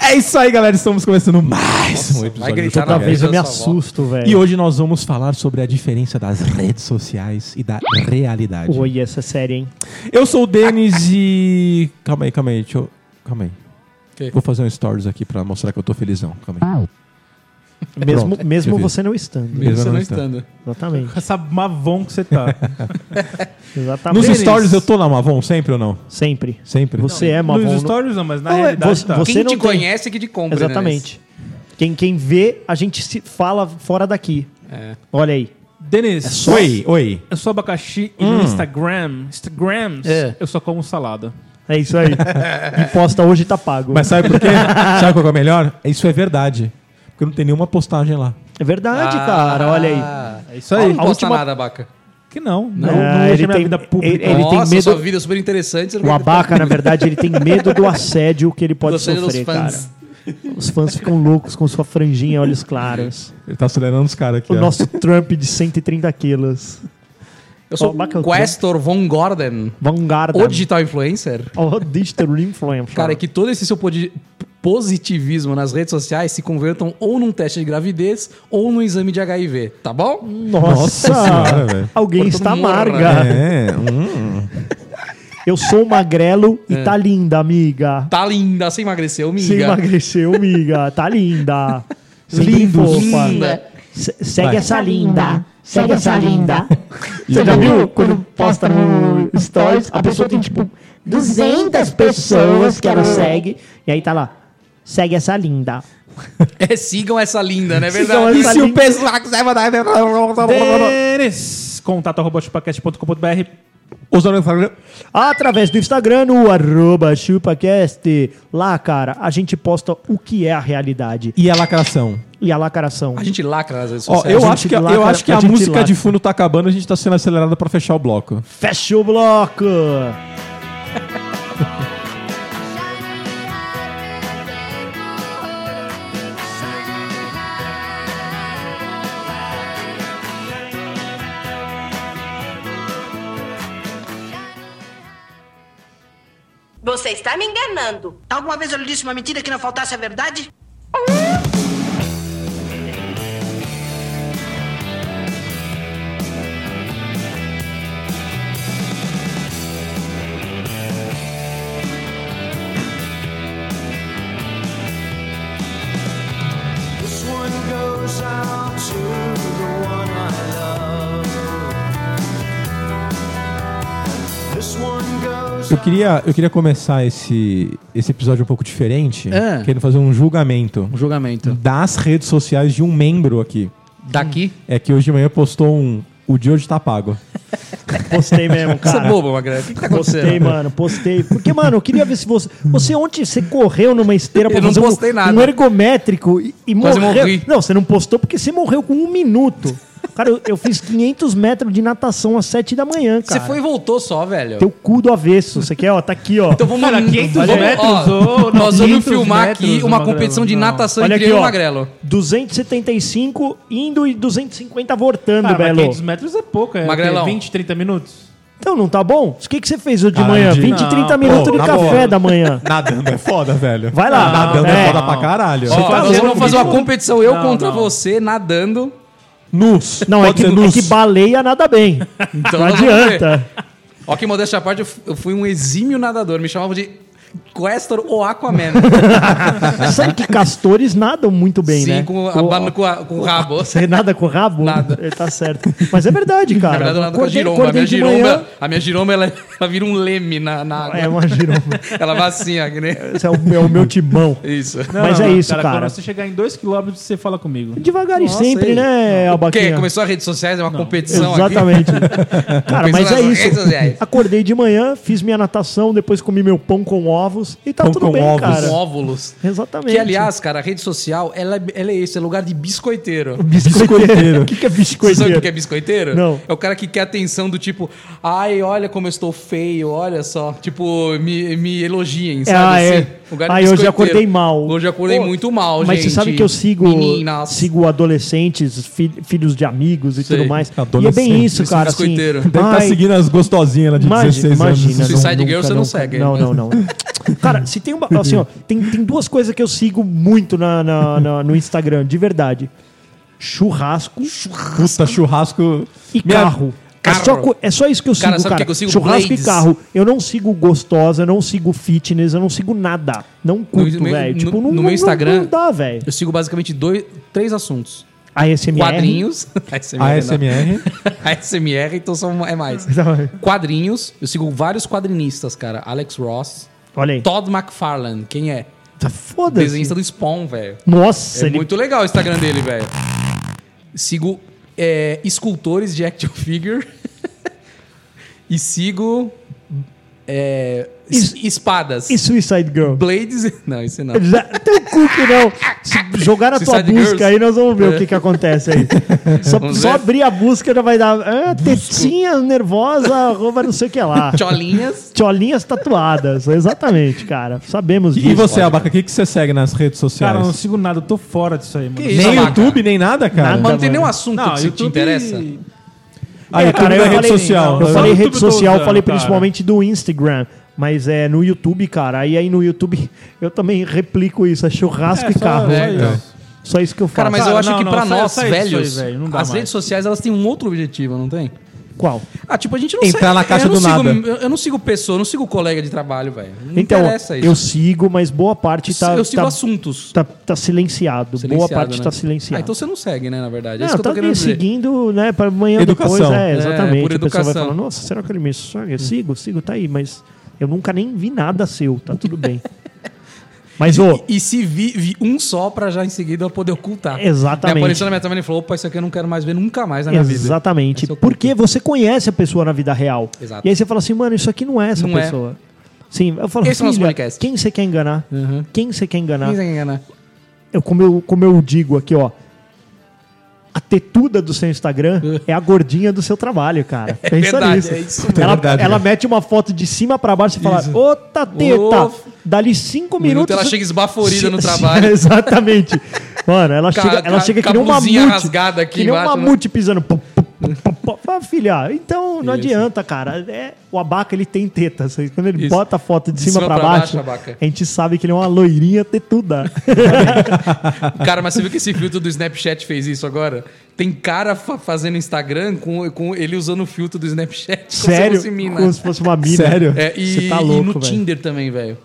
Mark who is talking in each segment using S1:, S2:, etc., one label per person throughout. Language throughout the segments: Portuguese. S1: É isso aí, galera. Estamos começando mais um
S2: vai
S1: episódio do
S2: gritar
S1: Total
S2: na
S1: Vez.
S2: vez.
S3: Talvez eu me
S2: da sua avó.
S3: assusto, velho.
S1: E hoje nós vamos falar sobre a diferença das redes sociais e da realidade.
S3: Oi, essa série, hein?
S1: Eu sou o Denis e. Calma aí, calma aí. Deixa eu. Calma aí.
S2: Que?
S1: Vou fazer um stories aqui pra mostrar que eu tô felizão. Calma
S3: Ah,
S1: aí.
S3: Mesmo,
S1: Pronto, eu
S3: mesmo
S1: vi.
S3: você não estando.
S1: Mesmo
S2: Você
S1: não
S2: não
S1: estando.
S2: estando.
S3: Exatamente.
S4: Com essa mavon que você tá.
S3: Exatamente.
S1: Nos stories eu tô na Mavon sempre ou não?
S3: Sempre.
S1: Sempre.
S3: Você é
S4: Nos
S3: Mavon. no-
S4: stories não, mas na
S3: Não, é,
S4: realidade
S3: você-
S4: tá.
S3: você-
S2: Quem
S3: não
S2: te
S3: tem-
S2: conhece que te compra, né,
S3: Exatamente. Quem, quem vê, a gente se fala fora daqui.
S2: É.
S3: Olha aí. É
S4: Denis,
S1: Oi, oi.
S4: eu sou abacaxi e
S3: Hum.
S4: no Instagram, Instagrams,
S2: É.
S4: eu só como salada.
S3: É isso aí. Imposta hoje tá pago.
S1: Mas sabe por quê? sabe qual que é o melhor? Isso é verdade. Porque não tem nenhuma postagem lá.
S3: É verdade, cara. Olha aí.
S2: aí.
S4: É isso
S2: Ah, Não
S4: aí.
S2: posta
S3: última-
S2: nada, Abaca.
S1: Que não. Não,
S3: É,
S4: não né? deixa minha
S3: tem-
S4: vida pública.
S3: Ele, ele
S2: Nossa,
S3: tem
S2: sua
S3: medo.
S2: vida é super interessante. você não
S3: O
S2: vai-
S3: abaca, na verdade, ele tem medo do assédio que ele pode
S2: Gostei dos
S3: sofrer, cara.
S2: fãs.
S3: Os fãs ficam loucos com sua franjinha olhos claros.
S1: Ele tá acelerando os caras aqui.
S3: O
S1: ó.
S3: nosso Trump de 130 quilos.
S2: Eu sou um
S3: Ó, Abaca, eu tô-
S2: Questor Von Gordon,
S3: Vanguarda.
S2: o digital influencer.
S3: O digital influencer.
S2: Cara, é que todo esse seu podi- positivismo nas redes sociais se convertam ou num teste de gravidez ou num exame de HIV, tá bom?
S3: Hum. Nossa!
S1: Nossa senhora, velho.
S3: Alguém
S2: Cortou
S3: está
S2: morra,
S3: amarga.
S2: né?
S1: É, hum.
S3: Eu sou magrelo
S2: É.
S3: e tá linda, amiga.
S2: Tá linda, você emagreceu, minga.
S3: Você emagreceu, amiga. Tá linda. Lindo, fofa.
S2: Linda.
S3: Se- Segue
S1: Vai.
S3: essa linda.
S5: Segue essa linda.
S3: Você já viu quando
S5: posta no Stories, a pessoa tem tipo 200
S3: pessoas que ela segue. E aí tá lá. Segue essa linda.
S2: É, sigam essa linda, não é
S3: Sigam
S2: verdade?
S3: essa
S2: E se o
S3: linda.
S2: pessoal quiser mandar...
S1: né?
S4: Denis, contato arroba chupacast.com.br.
S1: Os donos do Instagram.
S3: Através do Instagram, no arroba chupacast. Lá, cara, a gente posta o que é a realidade.
S1: E a lacração.
S3: E a lacração.
S2: A gente lacra nas redes
S1: Ó,
S2: sociais.
S1: eu
S3: gente
S1: acho que,
S3: lacra-
S1: eu acho que
S3: a
S1: a,
S3: gente
S1: música
S3: lacra.
S1: de fundo tá acabando, a gente tá sendo acelerado pra fechar o bloco.
S3: Fecha o bloco.
S6: Você está me enganando.
S7: Alguma vez eu lhe disse uma mentira que não faltasse a verdade?
S8: This one goes out to the one I love. This one goes
S1: Eu queria, eu queria começar esse, esse episódio um pouco diferente,
S2: Ah.
S1: querendo fazer um julgamento
S2: Um
S3: Hum.
S2: julgamento.
S1: das redes sociais de um membro aqui.
S2: Daqui...
S1: É que hoje de manhã postou um. O de hoje tá pago.
S3: Postei mesmo,
S2: Você é
S3: cara.
S2: bobo, Magrela. O que que tá acontecendo?
S3: Postei, mano, postei. Porque, mano, eu queria ver se você. Você ontem você correu numa esteira pra
S2: Eu não
S3: fazer
S2: postei
S3: um,
S2: nada.
S3: um ergométrico e, e
S2: Quase
S3: morreu.
S2: morri.
S3: Não, você não postou porque você morreu com um minuto. Cara, eu, eu fiz 500 metros de natação às 7 da manhã,
S2: Você
S3: cara.
S2: foi e voltou só, velho.
S3: Teu cu do avesso. Você quer, ó, tá aqui, ó.
S2: Então vamos...
S4: Cara, 500
S2: vamos-
S4: metros
S2: ó,
S4: ou- não,
S2: Nós vamos
S4: 500
S2: filmar aqui
S4: metros,
S2: uma
S4: Magrelo,
S2: competição de
S4: não.
S2: natação
S3: Olha
S2: entre
S3: aqui,
S2: eu e o
S3: ó.
S2: Magrelo.
S3: 275 indo e 250 voltando,
S4: Ah, mas
S3: Belo.
S4: 500 metros é pouco, é
S2: Magrelão.
S4: o quê? 20, 30 minutos.
S3: Então não tá bom? O que, que você fez hoje de
S1: Caralho,
S3: manhã?
S1: de-
S3: 20,
S4: Não,
S3: 30
S4: pô,
S3: minutos de
S1: na
S3: café
S1: boa.
S3: da manhã.
S1: Nadando é foda, velho.
S3: Vai lá.
S1: Nadando é,
S3: É.
S1: foda pra caralho.
S2: Ó,
S4: tá
S2: nós
S4: vendo
S2: vamos
S4: o
S2: fazer uma
S4: vídeo?
S2: competição, eu
S4: Não,
S2: contra
S4: não.
S2: você, nadando.
S1: Nus.
S3: Não, é
S1: Pode
S3: que,
S1: ser
S3: é
S1: nus.
S3: que baleia nada bem.
S2: Então
S3: não
S2: nós vamos
S3: adianta.
S2: Ó, que modéstia à parte, eu f- eu fui um exímio nadador. Me chamavam de Questor ou Aquaman.
S3: Sabe que castores nadam muito bem,
S2: Sim,
S3: né? Ah,
S2: com, a, ba- com, a- com o rabo.
S3: Você nada com o rabo?
S2: Nada.
S3: É, Tá certo. Mas é verdade, cara.
S2: Na verdade, eu nado com a
S3: Acordei-
S2: giromba. A
S3: acordei
S2: minha
S3: de
S2: giromba,
S3: manhã-
S2: a minha giromba ela, ela vira um leme na, na água.
S3: É uma giromba.
S2: Ela vai assim, ó, que nem...
S3: Esse é o meu, o meu timão.
S2: Isso.
S3: Mas é isso, cara.
S4: Quando você chegar em 2km, você fala comigo.
S3: Devagar e
S2: assim? Nossa,
S3: sempre,
S2: aí.
S3: né, Albaquinha?
S2: Porque começou as redes sociais, é uma competição aqui.
S3: Exatamente. Cara, mas
S2: Pensando
S3: é
S2: nas redes
S3: isso.
S2: sociais.
S3: Acordei de manhã, fiz minha natação, depois comi meu pão com ovos e tá
S1: Pão
S3: tudo
S1: com
S3: bem,
S1: ovos.
S3: cara.
S2: Com óvulos.
S3: Exatamente.
S2: Que, aliás, cara, a rede social, ela, é- ela é isso, é lugar de biscoiteiro.
S3: biscoiteiro. O que, que é
S2: Você Sabe o
S3: biscoiteiro?
S2: que é biscoiteiro?
S3: Não.
S2: É o cara que quer atenção do tipo, ai, olha como eu estou feio, olha só. Tipo, me, me elogiem, sabe?
S3: ah, é.
S2: assim? Lugar de
S3: Ai, hoje eu
S2: biscoiteiro.
S3: acordei mal.
S2: Hoje eu acordei
S3: Pô,
S2: muito mal,
S3: Mas
S2: gente.
S3: você sabe que eu sigo,
S2: Meninas.
S3: sigo adolescentes, fi- filhos de amigos e
S2: Sei.
S3: tudo mais. E é
S1: Adolescente,
S3: bem isso,
S2: esse
S3: cara. Assim,
S2: biscoiteiro.
S1: Deve estar tá
S3: ai,
S1: seguindo as gostosinhas lá de
S3: Imagina,
S1: 16
S3: imagina.
S1: anos.
S2: Se Suicide
S3: nunca,
S2: Girl, você não
S3: nunca.
S2: segue,
S3: Não,
S2: mas-
S3: não, não. Cara, se tem uma. Assim, ó, tem, tem duas coisas que eu sigo muito na, na- na- no Instagram, de verdade: churrasco,
S1: um Puta, churrasco.
S3: e
S1: Minha-
S3: carro.
S2: Carro.
S3: É, só, co- é só isso que eu sigo,
S2: Cara,
S3: cara.
S2: sabe o que que eu sigo?
S3: Churrasco
S2: Blades.
S3: e carro. Eu não sigo gostosa, eu não sigo fitness, eu não sigo nada. Não curto,
S2: meu-
S3: velho.
S2: no-
S3: Tipo,
S2: no
S3: não,
S2: meu
S3: não-
S2: Instagram-
S3: não dá, velho.
S2: Eu sigo basicamente dois, três assuntos.
S3: ASMR.
S2: Quadrinhos.
S1: A
S2: não.
S1: SMR.
S2: ASMR, então são, é mais. Quadrinhos. Eu sigo vários quadrinistas, cara. Alex Ross.
S3: Olha aí.
S2: Todd McFarlane, quem é?
S3: Tá foda-se.
S2: Desenhista do Spawn, velho.
S3: Nossa,
S2: É
S3: ele.
S2: muito legal o Instagram dele, velho. Sigo é, escultores de action figure. e sigo. é, es- espadas.
S3: E Suicide Girl?
S2: Blades. Não, isso não.
S3: Já, teu cu que não. Se jogar na tua
S2: Suicide
S3: busca
S2: Girls.
S3: aí, nós vamos ver
S2: É.
S3: o que, que acontece aí. Só,
S2: Vamos
S3: só
S2: ver.
S3: abrir a busca já vai dar. Ah, tetinha nervosa, arroba não sei o que lá.
S2: Cholinhas.
S3: Tiolinhas tatuadas. Exatamente, cara. Sabemos disso.
S1: E você, Abaca, o que, que você segue nas redes sociais?
S4: Cara,
S3: é
S4: eu não sigo nada, eu tô fora disso aí, mano.
S2: Que isso,
S1: nem
S2: Abaca?
S1: YouTube, nem nada, cara?
S2: Mas não tem nenhum assunto
S4: Não,
S2: que se te
S4: YouTube-
S2: interessa.
S1: Ah,
S3: É,
S1: YouTube
S3: cara,
S1: não é
S3: eu
S1: rede
S3: falei-
S1: social.
S3: Eu
S4: Só
S3: falei
S4: no
S3: rede
S4: YouTube eu tô
S3: social,
S4: usando,
S3: falei
S4: cara.
S3: principalmente do Instagram. Mas é no YouTube, cara. E aí no YouTube eu também replico isso. É churrasco e carro.
S4: é,
S2: então.
S4: isso.
S3: Só isso que eu
S2: Cara,
S3: faço.
S2: mas
S4: Cara,
S2: eu acho
S4: não,
S2: que
S4: não,
S2: pra
S4: sai-
S2: nós,
S4: sai disso aí,
S2: velhos,
S4: velho, não dá
S2: as
S4: mais.
S2: redes sociais elas têm um outro objetivo, não tem?
S3: Qual?
S2: Ah, tipo, a gente não
S1: Entrar
S2: segue-
S1: na caixa
S2: eu não
S1: do
S2: sigo-
S1: nada.
S2: Eu, eu não sigo pessoa, eu não sigo colega de trabalho, velho. Não
S3: Então,
S2: interessa isso.
S3: eu sigo, mas boa parte tá.
S2: eu sigo
S3: tá-
S2: assuntos.
S3: tá, tá silenciado. Boa
S2: Silenciado,
S3: parte
S2: né?
S3: tá
S2: Ah,
S3: silenciado.
S2: então você não segue, né, na verdade. É isso
S3: não,
S2: que eu tô
S3: tá
S2: querendo
S3: me
S2: dizer.
S3: seguindo, né? Pra amanhã
S1: Educação.
S3: depois.
S1: É,
S3: É, exatamente.
S2: por
S3: o pessoal vai
S2: educação.
S3: falar, nossa, será que ele me segue? Sigo, sigo, tá aí, mas eu nunca nem vi nada seu, tá tudo bem. mas, ô,
S2: E se vi, vi um só pra já em seguida eu poder ocultar.
S3: Exatamente.
S2: Me apareceu na minha timeline e falou, opa, isso aqui eu não quero mais ver nunca mais na minha vida.
S3: exatamente.
S2: Esse é o
S3: Porque você conhece a pessoa na vida real.
S2: Exato.
S3: E aí você fala assim, mano, isso aqui não é essa
S2: Não é.
S3: pessoa. Sim, eu falo,
S2: Esse é o nosso
S3: filha,
S2: podcast.
S3: quem você quer enganar?
S2: Uhum.
S3: Quem você quer enganar?
S2: Quem se engana?
S3: eu, como, eu, como eu digo aqui, ó. A tetuda do seu Instagram é a gordinha do seu trabalho, cara. Pensa
S2: verdade,
S3: nisso.
S2: é isso
S3: ela
S1: verdade,
S3: ela
S1: cara.
S3: mete uma foto de cima pra baixo e fala: Ô, teta,
S2: Ô,
S3: dali cinco
S2: minuto
S3: minutos.
S2: ela chega esbaforida
S3: Se-
S2: no
S3: se-
S2: trabalho.
S3: Exatamente. Mano, ela
S2: Ca-
S3: chega, ela
S2: ca-
S3: chega que nem uma
S2: cabuzinha
S3: mamute.
S2: rasgada aqui
S3: que nem uma
S2: embaixo, né?
S3: mamute pisando. Pum, pum, pum, pum, pum. Ah, filha, então não
S2: Isso.
S3: adianta, cara. É, o abaca, ele tem teta. Assim, Quando ele
S2: Isso.
S3: bota a foto de, cima, pra, baixo,
S2: Abaca.
S3: a gente sabe que ele é uma loirinha tetuda.
S2: Cara, mas você viu que esse filtro do Snapchat fez isso agora? Tem cara fa- fazendo Instagram com, com ele usando o filtro do Snapchat. como se
S3: Sério?
S2: fosse mina.
S3: Como se fosse uma mina.
S1: Sério?
S2: É, e,
S3: Você tá
S2: e
S3: louco,
S2: no
S3: velho.
S2: Tinder também, velho.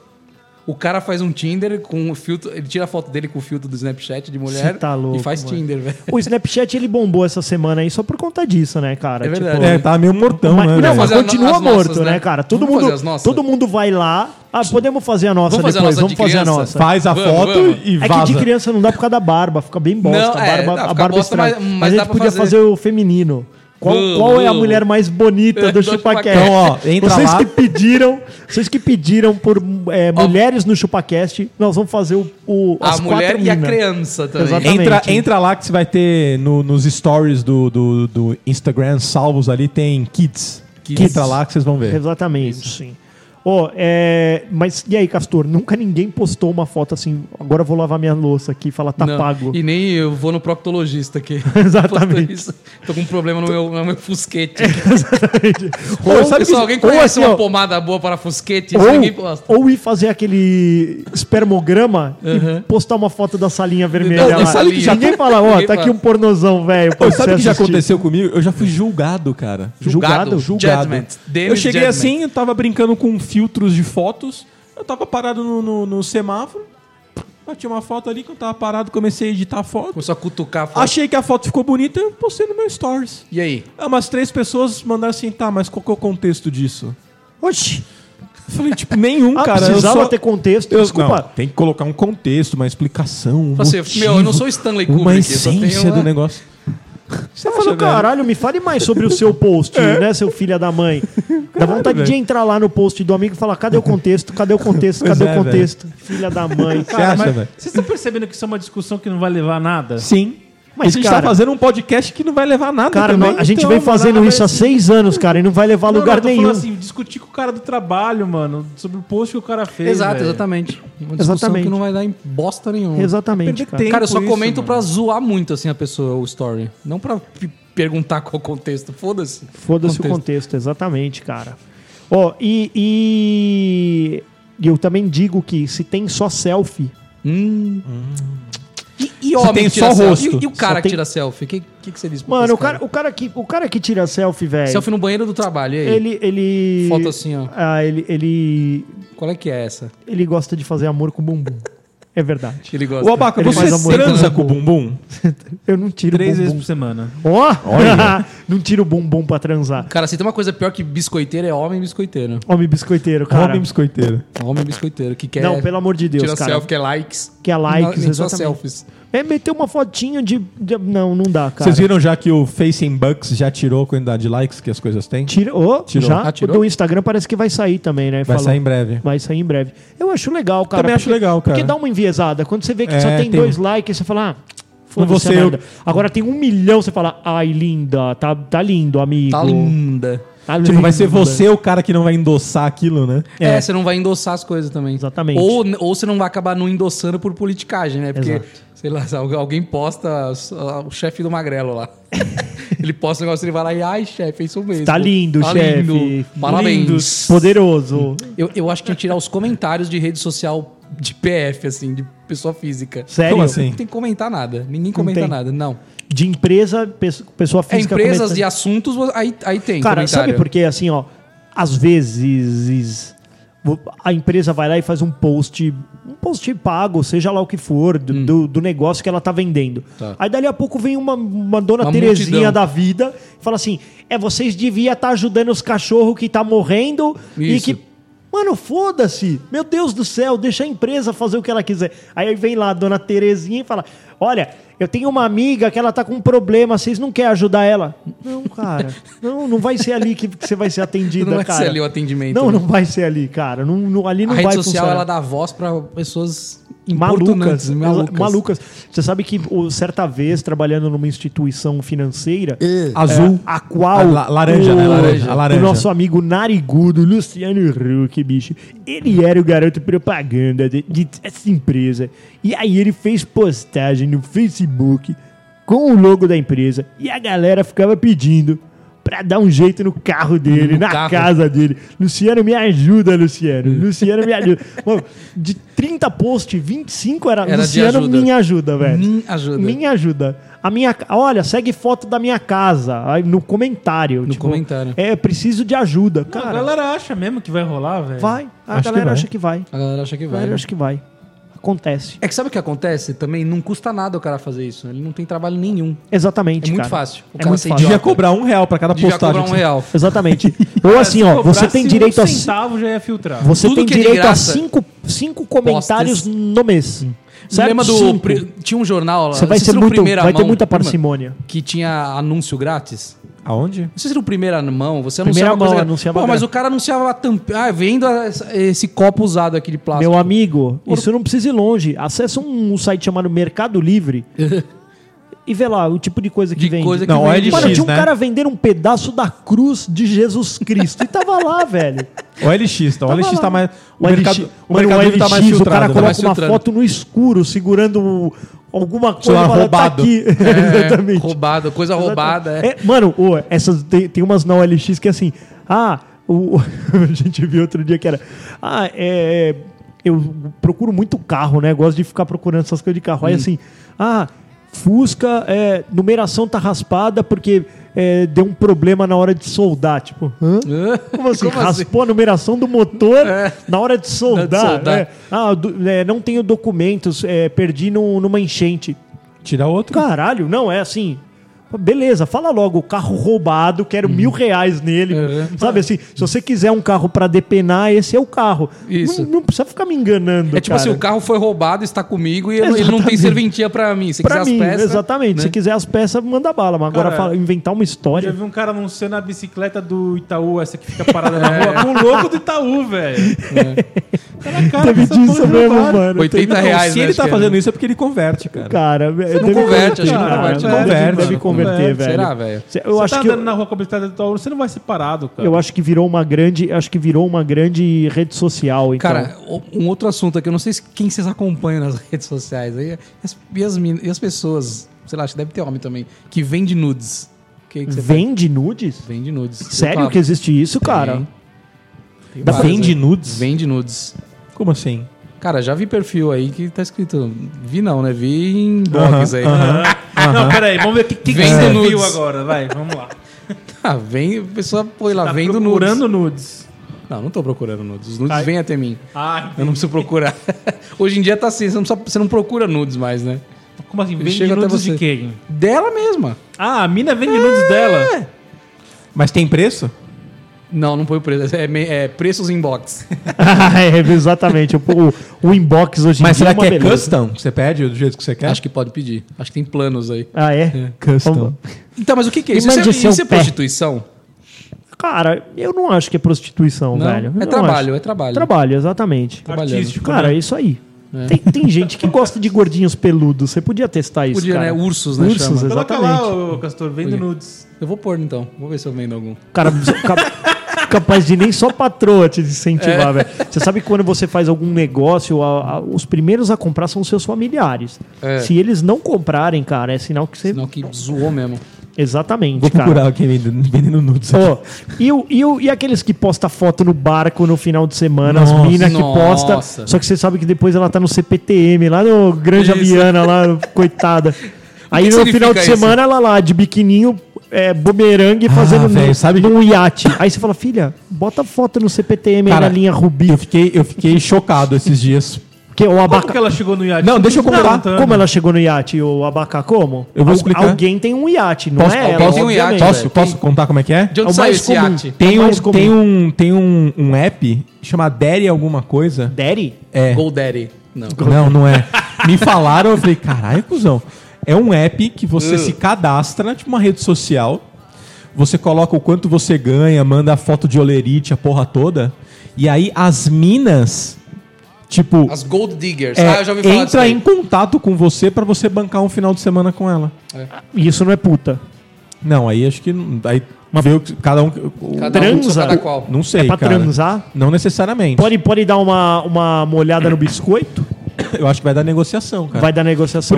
S2: O cara faz um Tinder com o filtro. Ele tira a foto dele com o filtro do Snapchat de mulher
S3: Você tá louco,
S2: e faz
S3: mano.
S2: Tinder, velho.
S3: O Snapchat, ele bombou essa semana aí só por conta disso, né, cara?
S2: É verdade.
S1: É, tá meio mortão,
S3: mas,
S1: né?
S3: não,
S1: velho?
S3: mas
S2: Fazer a no-
S3: continua
S2: as
S3: morto,
S2: nossas,
S3: né,
S2: né?
S3: cara? Todo
S2: Vamos fazer as
S3: mundo,
S2: nossas?
S3: todo mundo vai lá. Ah, podemos fazer a nossa
S2: Vamos fazer a
S3: depois.
S2: nossa de
S3: vamos fazer a
S2: criança?
S3: nossa.
S1: Faz a
S2: Vamos,
S1: foto
S2: vamos.
S1: e
S3: É que
S1: vaza.
S3: de criança não dá por causa da barba, fica bem bosta.
S2: Não,
S3: a
S2: é,
S3: barba,
S2: dá,
S3: a
S2: fica
S3: barba
S2: bosta,
S3: estraga.
S2: mas-
S3: Mas,
S2: mas
S3: a
S2: dá
S3: gente
S2: pra
S3: podia
S2: fazer-
S3: fazer... o feminino. Qual,
S2: Vamos.
S3: qual é a mulher mais bonita
S2: Do
S3: do ChupaCast?
S2: Chupacast.
S1: Então, ó, entra
S3: vocês
S1: lá.
S3: que pediram, vocês que pediram por é, mulheres no ChupaCast, nós vamos fazer o, o
S2: A
S3: as
S2: mulher
S3: quatro
S2: e a
S3: mina.
S2: criança também.
S3: Exatamente.
S1: Entra, entra lá que você vai ter no- nos stories do, do, do Instagram salvos ali, tem kids.
S2: Kids.
S1: Entra lá que vocês vão ver.
S3: Exatamente, sim. Ó, é, mas e aí, Castor? Nunca ninguém postou uma foto assim. Agora eu vou lavar minha louça aqui e falar, tá
S2: Não,
S3: pago.
S2: E nem eu vou no proctologista aqui.
S3: Exatamente.
S2: Isso. Tô com um problema no meu, no meu fusquete. aqui.
S3: Ou-
S2: Ou, sabe pessoal, alguém
S3: ou
S2: conhece
S3: assim,
S2: uma
S3: ó,
S2: pomada boa para fusquete? Isso ninguém
S3: Ou,
S2: gosta.
S3: ou ir fazer aquele espermograma e
S2: Uhum.
S3: postar uma foto da salinha vermelha
S2: Não, da
S3: lá.
S2: salinha.
S3: E Ninguém fala, ó,
S2: Ninguém
S3: tá
S2: fala.
S3: aqui um pornozão, velho.
S1: Pô,
S3: pra você
S1: sabe o que já
S3: assistir."
S1: aconteceu comigo? Eu já fui julgado, cara.
S3: Julgado? assim,
S1: Julgado.
S2: Judgment. Dennis
S1: Eu cheguei
S2: Judgment.
S1: assim, eu tava brincando com filtros de fotos. Eu tava parado no, no- no semáforo, bati uma foto ali, que eu tava parado, comecei a editar a foto.
S2: Começou a cutucar a foto.
S1: Achei que a foto ficou bonita, eu postei no meu stories.
S2: E aí?
S1: Ah, umas três pessoas mandaram assim, tá, mas qual que é o contexto disso?
S3: Oxi!
S1: Eu falei, tipo, nenhum,
S3: Ah,
S1: cara. eu
S3: precisava
S1: só-
S3: ter contexto,
S1: Eu-
S3: desculpa.
S1: não, tem que colocar um contexto, uma explicação, um
S2: Você,
S1: motivo,
S2: meu, assim, eu não sou Stanley
S1: uma
S2: Kubrick, eu só tenho
S1: essência
S2: uma-
S1: do negócio. Você
S3: Eu falo, caralho, me fale mais sobre o seu post, né, seu filho da mãe. Dá vontade de
S1: É. velho.
S3: entrar lá no post do amigo e falar, cadê o contexto, cadê o contexto, cadê
S1: Pois
S3: o
S1: é,
S3: contexto? Filha da mãe.
S1: Você acha,
S4: mas
S1: velho?
S4: Vocês estão percebendo que isso é uma discussão que não vai levar a nada?
S1: Sim. Mas
S3: Mas,
S1: a gente
S3: cara-
S1: tá fazendo um podcast que não vai levar a nada
S3: Cara,
S1: também.
S3: nó- a gente
S1: então,
S3: vem fazendo
S4: mas
S3: isso há
S4: assim-
S3: seis anos, cara, e não vai levar a
S4: Não,
S3: lugar
S4: não, eu tô falando
S3: nenhum.
S4: assim, discutir com o cara do trabalho, mano, sobre o post que o cara fez.
S2: Exato,
S4: velho.
S2: exatamente. Uma discussão
S3: Exatamente.
S2: que não vai dar em bosta nenhuma.
S3: Exatamente,
S4: Perder
S3: cara.
S4: tempo
S2: Cara, eu só
S4: isso,
S2: comento
S4: mano.
S2: pra zoar muito, assim, a pessoa, o story. Não pra p- perguntar qual o contexto. Foda-se.
S3: Foda-se o contexto, exatamente, cara. Ó, e, e- e eu também digo que se tem só selfie,
S2: Hum. E, e
S1: Você
S2: homem
S1: tem
S2: que tira
S1: só
S2: selfie?
S1: rosto.
S2: E, e o cara
S3: Só
S2: que
S3: tem-
S2: tira selfie? O que, que, que você diz? pra
S3: mano,
S2: esse
S3: o cara, o cara que o cara que tira selfie, velho,
S2: Selfie no banheiro do trabalho, e aí?
S3: ele ele
S2: Foto assim, ó.
S3: Ah, ele ele
S2: Qual é que é essa?
S3: ele gosta de fazer amor com o bumbum. É verdade.
S2: Ele gosta.
S1: Ô, Abaca,
S3: Ele faz
S1: você
S3: amor
S1: é transa
S3: com
S1: com o bumbum?
S3: Eu não tiro
S4: Três
S3: o
S4: vezes
S3: bumbum.
S4: por semana.
S3: Ó, não tiro o bumbum pra transar.
S2: Cara, se tem uma coisa pior que biscoiteiro, é homem biscoiteiro.
S3: Homem biscoiteiro, cara.
S1: Homem biscoiteiro.
S2: Homem biscoiteiro, que quer...
S3: Não, pelo amor de Deus,
S2: Tira
S3: cara.
S2: selfie, quer likes.
S3: Que é likes,
S2: Nem só
S3: exatamente.
S2: selfies.
S3: É meter uma fotinha de, de- não, não dá, cara.
S1: Vocês viram já que o Facing Bucks já tirou a quantidade de likes que as coisas têm?
S3: Tira, ô,
S1: Tirou.
S3: já
S2: Ah, tirou?
S3: o do Instagram parece que vai sair também, né?
S1: Vai sair em breve.
S3: Vai sair em breve. Eu acho legal, cara.
S1: Também acho legal, cara.
S3: Porque dá uma enviesada. Quando você vê que
S1: É,
S3: só
S1: tem.
S3: tem, dois likes, você fala, ah,
S1: vou
S3: foda-se,
S1: ser eu.
S3: Amanda. Agora tem um milhão, você fala, ai, linda, tá, tá lindo, amigo.
S2: Tá linda.
S3: Tá
S1: Tipo, vai ser
S3: linda."
S1: você o cara que não vai endossar aquilo, né?
S2: É. você não vai endossar as coisas também.
S3: Exatamente.
S2: Ou, ou você não vai acabar não endossando por politicagem, né? Porque, sei lá, algu- alguém posta s- ah, o chefe do magrelo lá. ele posta um negócio, ele vai lá e, ai, chefe, é isso mesmo.
S3: Tá lindo, chefe. Lindo,
S2: Parabéns.
S3: Poderoso.
S2: Eu, eu acho que tinha que tirar os comentários de rede social de PF, assim, de pessoa física.
S3: Sério?
S1: Como assim?
S2: Não tem que comentar nada. Ninguém comenta
S3: tem.
S2: nada, não.
S3: De empresa, pesso- pessoa
S2: É
S3: física.
S2: empresas
S3: começa-
S2: e assuntos, aí, aí tem
S3: Cara,
S2: comentário.
S3: sabe por quê? Assim, ó, às vezes vo- a empresa vai lá e faz um post, um post pago, seja lá o que for, do, do, do negócio que ela tá vendendo.
S2: Hum. Tá.
S3: Aí dali a pouco vem uma, uma dona
S2: Uma
S3: Terezinha
S2: multidão.
S3: da vida e fala assim: é, vocês deviam estar ajudando os cachorros que tá morrendo
S2: Isso.
S3: e que. Mano, foda-se! Meu Deus do céu, deixa a empresa fazer o que ela quiser. Aí vem lá a dona Terezinha e fala: Olha, eu tenho uma amiga que ela tá com um problema, vocês não querem ajudar ela? Não, cara. Não, não vai ser ali que, que você vai ser atendida,
S2: Não vai
S3: cara.
S2: ser ali o atendimento. né?
S3: Não, não vai ser ali, cara. Não, não- ali não
S2: a
S3: vai
S2: rede social
S3: funcionar.
S2: ela dá voz pra pessoas importunantes,
S3: Malucas, malucas. Você sabe que o- certa vez, trabalhando numa instituição financeira,
S1: É. Azul.
S3: É, a qual.
S1: A la- laranja,
S3: o,
S1: né? Laranja. A laranja.
S3: O nosso amigo narigudo, Luciano Huck, bicho. Ele era o garoto propaganda de, de- dessa empresa. E aí ele fez postagem no Facebook com o logo da empresa. E a galera ficava pedindo. Pra dar um jeito no carro dele,
S2: No
S3: na
S2: carro.
S3: casa dele. Luciano, me ajuda, Luciano. Luciano, me ajuda. Mano, de 30 posts, 25 era,
S2: Era de
S3: Luciano,
S2: ajuda.
S3: me ajuda, velho.
S1: Hum,
S2: Me ajuda.
S3: Me minha ajuda. A minha, ca- olha, segue foto da minha casa aí no comentário.
S2: No comentário.
S3: É, preciso de ajuda.
S4: A
S3: Cara,
S4: galera acha mesmo que vai rolar, velho.
S3: vai. A
S1: Acho que
S3: galera
S1: vai.
S3: acha que vai.
S2: A galera acha que
S3: A
S2: vai.
S3: galera
S2: né?
S3: acha que vai. Acontece.
S2: É que sabe o que acontece? Também não custa nada o cara fazer isso. né? Ele não tem trabalho nenhum.
S3: Exatamente.
S2: É muito
S3: cara.
S2: fácil. O
S3: É
S2: cara
S3: muito
S2: ser
S3: fácil.
S1: Devia
S2: idiota.
S1: cobrar um real pra cada
S2: Devia
S1: postagem.
S2: cobrar um real.
S3: Exatamente. Ou assim, ó, você tem direito
S4: um
S3: a. ci-
S4: centavo já ia filtrar.
S3: Você
S2: Tudo
S3: tem
S2: que é de
S3: direito a
S2: graça. Hum.
S3: cinco, cinco comentários no mês. Certo?
S2: Lembra do.
S3: Cinco.
S2: pri- Tinha um jornal lá.
S3: Você vai,
S2: vocês
S3: ser
S2: viram o
S3: muito,
S2: Primeira
S3: vai ter
S2: Mão?
S3: muita
S2: Lembra?
S3: parcimônia.
S2: Que tinha anúncio grátis.
S1: Aonde?
S2: Não sei se era o primeira mão, você
S3: Primeira
S2: anunciava
S3: mão,
S2: coisa...
S3: anunciava
S2: Pô, mas
S3: gra-
S2: o cara anunciava a tampa... Ah, vendo essa- esse copo usado aqui de plástico.
S3: Meu amigo, isso não precisa ir longe. Acessa um, um site chamado Mercado Livre e vê lá o tipo de coisa que
S2: De
S3: vende.
S2: coisa que
S1: Não,
S2: vende.
S1: OLX,
S3: Mano, tinha um
S1: né?
S3: cara vendendo um pedaço da cruz de Jesus Cristo. E tava lá, velho.
S1: O LX, tá? O
S3: Tava
S1: LX
S3: lá.
S1: tá mais. O,
S3: LX
S1: mercado, o
S3: mano,
S1: mercado Livre tá
S3: LX,
S1: mais
S3: O
S1: filtrado.
S3: cara
S1: né?
S3: coloca
S2: mais
S3: uma
S2: filtrado.
S3: foto no escuro, segurando o- alguma coisa.
S1: Celular
S3: e fala, "Tá
S1: roubado.
S3: aqui.
S2: É,
S3: Exatamente.
S2: Roubado, coisa roubada. é.
S3: É, mano, ô, essas, tem, tem umas na OLX que é assim. Ah, o, a gente viu outro dia que era. Ah, é. Eu procuro muito carro, né? Gosto de ficar procurando essas coisas de carro. Aí assim. Ah, Fusca, é, numeração tá raspada porque é, deu um problema na hora de soldar. Tipo, hã? Como
S2: Como assim? É.
S3: assim? Raspou a numeração do motor na hora de soldar.
S2: soldar.
S3: É. Ah, do- é, não tenho documentos, é, perdi no- numa enchente.
S1: Tirar outro.
S3: Caralho, não, é assim. Beleza, fala logo, carro roubado,
S2: Hum.
S3: quero mil reais nele.
S2: É.
S3: Sabe assim, se você quiser um carro pra depenar, esse é o carro.
S2: Isso.
S3: Não, não precisa ficar me enganando.
S2: É tipo
S3: cara.
S2: assim, o carro foi roubado, está comigo e ele não tem
S3: Exatamente.
S2: serventia pra mim. Se
S3: Pra
S2: quiser
S3: mim,
S2: as peças...
S3: exatamente.
S2: né?
S3: Se quiser as peças, manda bala. Mas agora
S4: Cara,
S3: fala- inventar uma
S4: Já
S3: história.
S4: vi um cara anunciando a bicicleta do Itaú, essa que fica parada na rua, com o logo do Itaú, velho. Tá na cara
S3: É. Teve
S4: dessa
S3: disso
S4: porra,
S3: mesmo,
S4: cara.
S3: mano.
S2: 80
S1: Não,
S2: reais,
S1: se
S2: né,
S1: ele
S2: acho
S1: tá
S2: que era.
S1: fazendo isso é porque ele converte, cara.
S3: Cara, deve- deve-
S2: converte, acho que não
S3: Cara,
S2: converte,
S3: deve-
S4: não.
S1: Converte.
S3: Deve, converter, velho.
S2: Será, velho?
S3: Cê- Eu
S4: você
S3: acho
S4: tá
S3: que.
S4: andando na rua com a bicicleta do Itaú, você não vai ser parado, cara.
S3: Eu acho que virou uma grande. Acho que virou uma grande rede social. Então.
S2: Cara, o- um outro assunto aqui, eu não sei se- quem vocês acompanham nas redes sociais aí, é as- e as, min- e as pessoas, sei lá, acho que deve ter homem também, que vende nudes. Que que você faz?
S3: vende nudes?
S2: Vende nudes.
S3: Sério
S2: Opa,
S3: que existe isso, cara?
S2: Tem. tem
S3: Dá
S2: vários
S1: Vende
S2: aí.
S1: nudes?
S2: Vende nudes.
S1: Como assim?
S2: Cara, já vi perfil aí que tá escrito. Vi não, né? Vi em blogs aí.
S4: Não, peraí, vamos ver o que, que, que
S2: Vendo
S4: você viu
S2: nudes.
S4: agora, vai, vamos lá.
S2: Ah, vem, a pessoa põe lá,
S4: Tá
S2: vendo nudes.
S4: procurando nudes.
S2: Não, não tô procurando nudes. Os nudes
S4: Ai.
S2: vêm até mim.
S4: Ah,
S2: Eu não preciso procurar. Hoje em dia tá assim, você não, precisa- você não procura nudes mais, né?
S4: como assim? Vende
S2: chega até
S4: nudes
S2: você.
S4: de quem?
S2: Dela mesma.
S4: Ah, a mina vende
S3: É,
S4: nudes dela.
S1: Mas tem preço?
S2: Não, não põe o preço. É, me- é preços inbox.
S3: Ah, é, exatamente. O, o- o inbox hoje em
S1: Mas
S3: dia
S1: será
S3: uma
S1: que é
S3: beleza.
S1: custom? Você pede do jeito que você quer?
S2: Acho que pode pedir. Acho que tem planos aí.
S3: Ah, é?
S1: custom.
S2: Então, mas o que, que é
S3: Me
S2: isso? Isso é,
S3: mande seu
S2: isso é
S3: pé.
S2: prostituição?
S3: Cara, eu não acho que é prostituição,
S2: Não,
S3: velho. Eu
S2: é
S3: não
S2: trabalho,
S3: acho.
S2: é trabalho.
S3: Trabalho, exatamente.
S2: Trabalhando.
S4: Artístico,
S3: Cara,
S4: né?
S3: é isso aí. Tem, tem gente que gosta de gordinhos peludos. Você podia testar isso,
S2: Podia,
S3: cara.
S2: né? Ursos, né,
S3: Ursos,
S2: chama.
S4: Coloca
S3: exatamente.
S4: lá, ô, Castor, vendo
S2: Podia.
S4: nudes.
S2: Eu vou pôr então. Vou ver se eu vendo algum.
S3: Cara, cap- capaz de nem só patroa te
S2: É.
S3: incentivar, velho. Você sabe que quando você faz algum negócio, a- a- os primeiros a comprar são seus familiares.
S2: É.
S3: Se eles não comprarem, cara, é sinal que você...
S2: Senão que zoou mesmo.
S3: Exatamente,
S1: Vou
S3: cara.
S1: procurar quem vende- vendendo nudes.
S3: Ó, e, o- e, o- e aqueles que posta foto no barco no final de semana,
S1: Nossa.
S3: as minas que
S2: Nossa.
S3: posta, só que você sabe que depois ela tá no CPTM, lá no Granja
S2: Isso.
S3: Viana, lá, coitada. Aí
S2: que
S3: no final de
S2: significa isso?
S3: semana ela lá, de biquininho, é, bumerangue, fazendo
S1: Ah, velho, sabe-
S3: num iate. Aí você fala, filha, bota foto no CPTM
S1: Cara,
S3: aí na linha Rubi.
S1: Eu fiquei, eu fiquei chocado esses dias.
S3: Porque o
S4: Como
S3: abaca...
S4: que ela chegou no iate?
S1: Não, deixa eu
S4: Tá
S1: contar.
S4: contando.
S3: Como ela chegou no iate, o abaca como?
S1: Eu vou
S3: Al-
S1: explicar.
S3: Alguém tem um iate, não
S1: Posso,
S3: é ela,
S1: posso,
S2: tem um iate,
S3: obviamente.
S1: posso,
S2: velho.
S1: posso contar como é que é?
S2: De
S3: É
S2: onde
S3: o
S2: saiu
S3: mais
S2: esse
S3: comum.
S2: iate?
S1: Tem,
S3: É o
S1: um,
S3: mais comum.
S1: tem, um, tem um, um app chama Daddy alguma coisa.
S3: Daddy?
S1: É.
S2: Goldaddy. Não.
S1: Não, não é. Me falaram, eu falei, caralho, cuzão. É um app que você
S2: Uh.
S1: se cadastra, tipo uma rede social. Você coloca o quanto você ganha, manda a foto de olerite, a porra toda. E aí as minas, tipo,
S2: As Gold Diggers.
S1: é,
S2: ah, eu já ouvi falar disso.
S1: entra
S2: daí.
S1: em contato com você pra você bancar um final de semana com ela.
S3: Isso não é puta.
S1: Não, aí acho que. não- Aí vê o que- cada um. o-
S2: Cada
S3: Transa.
S2: Um, cada qual.
S1: Não sei.
S3: é pra
S1: cara.
S3: transar?
S1: Não necessariamente.
S3: Pode, pode dar uma, uma molhada no biscoito?
S1: Eu acho que vai dar negociação, cara.
S3: Vai dar negociação.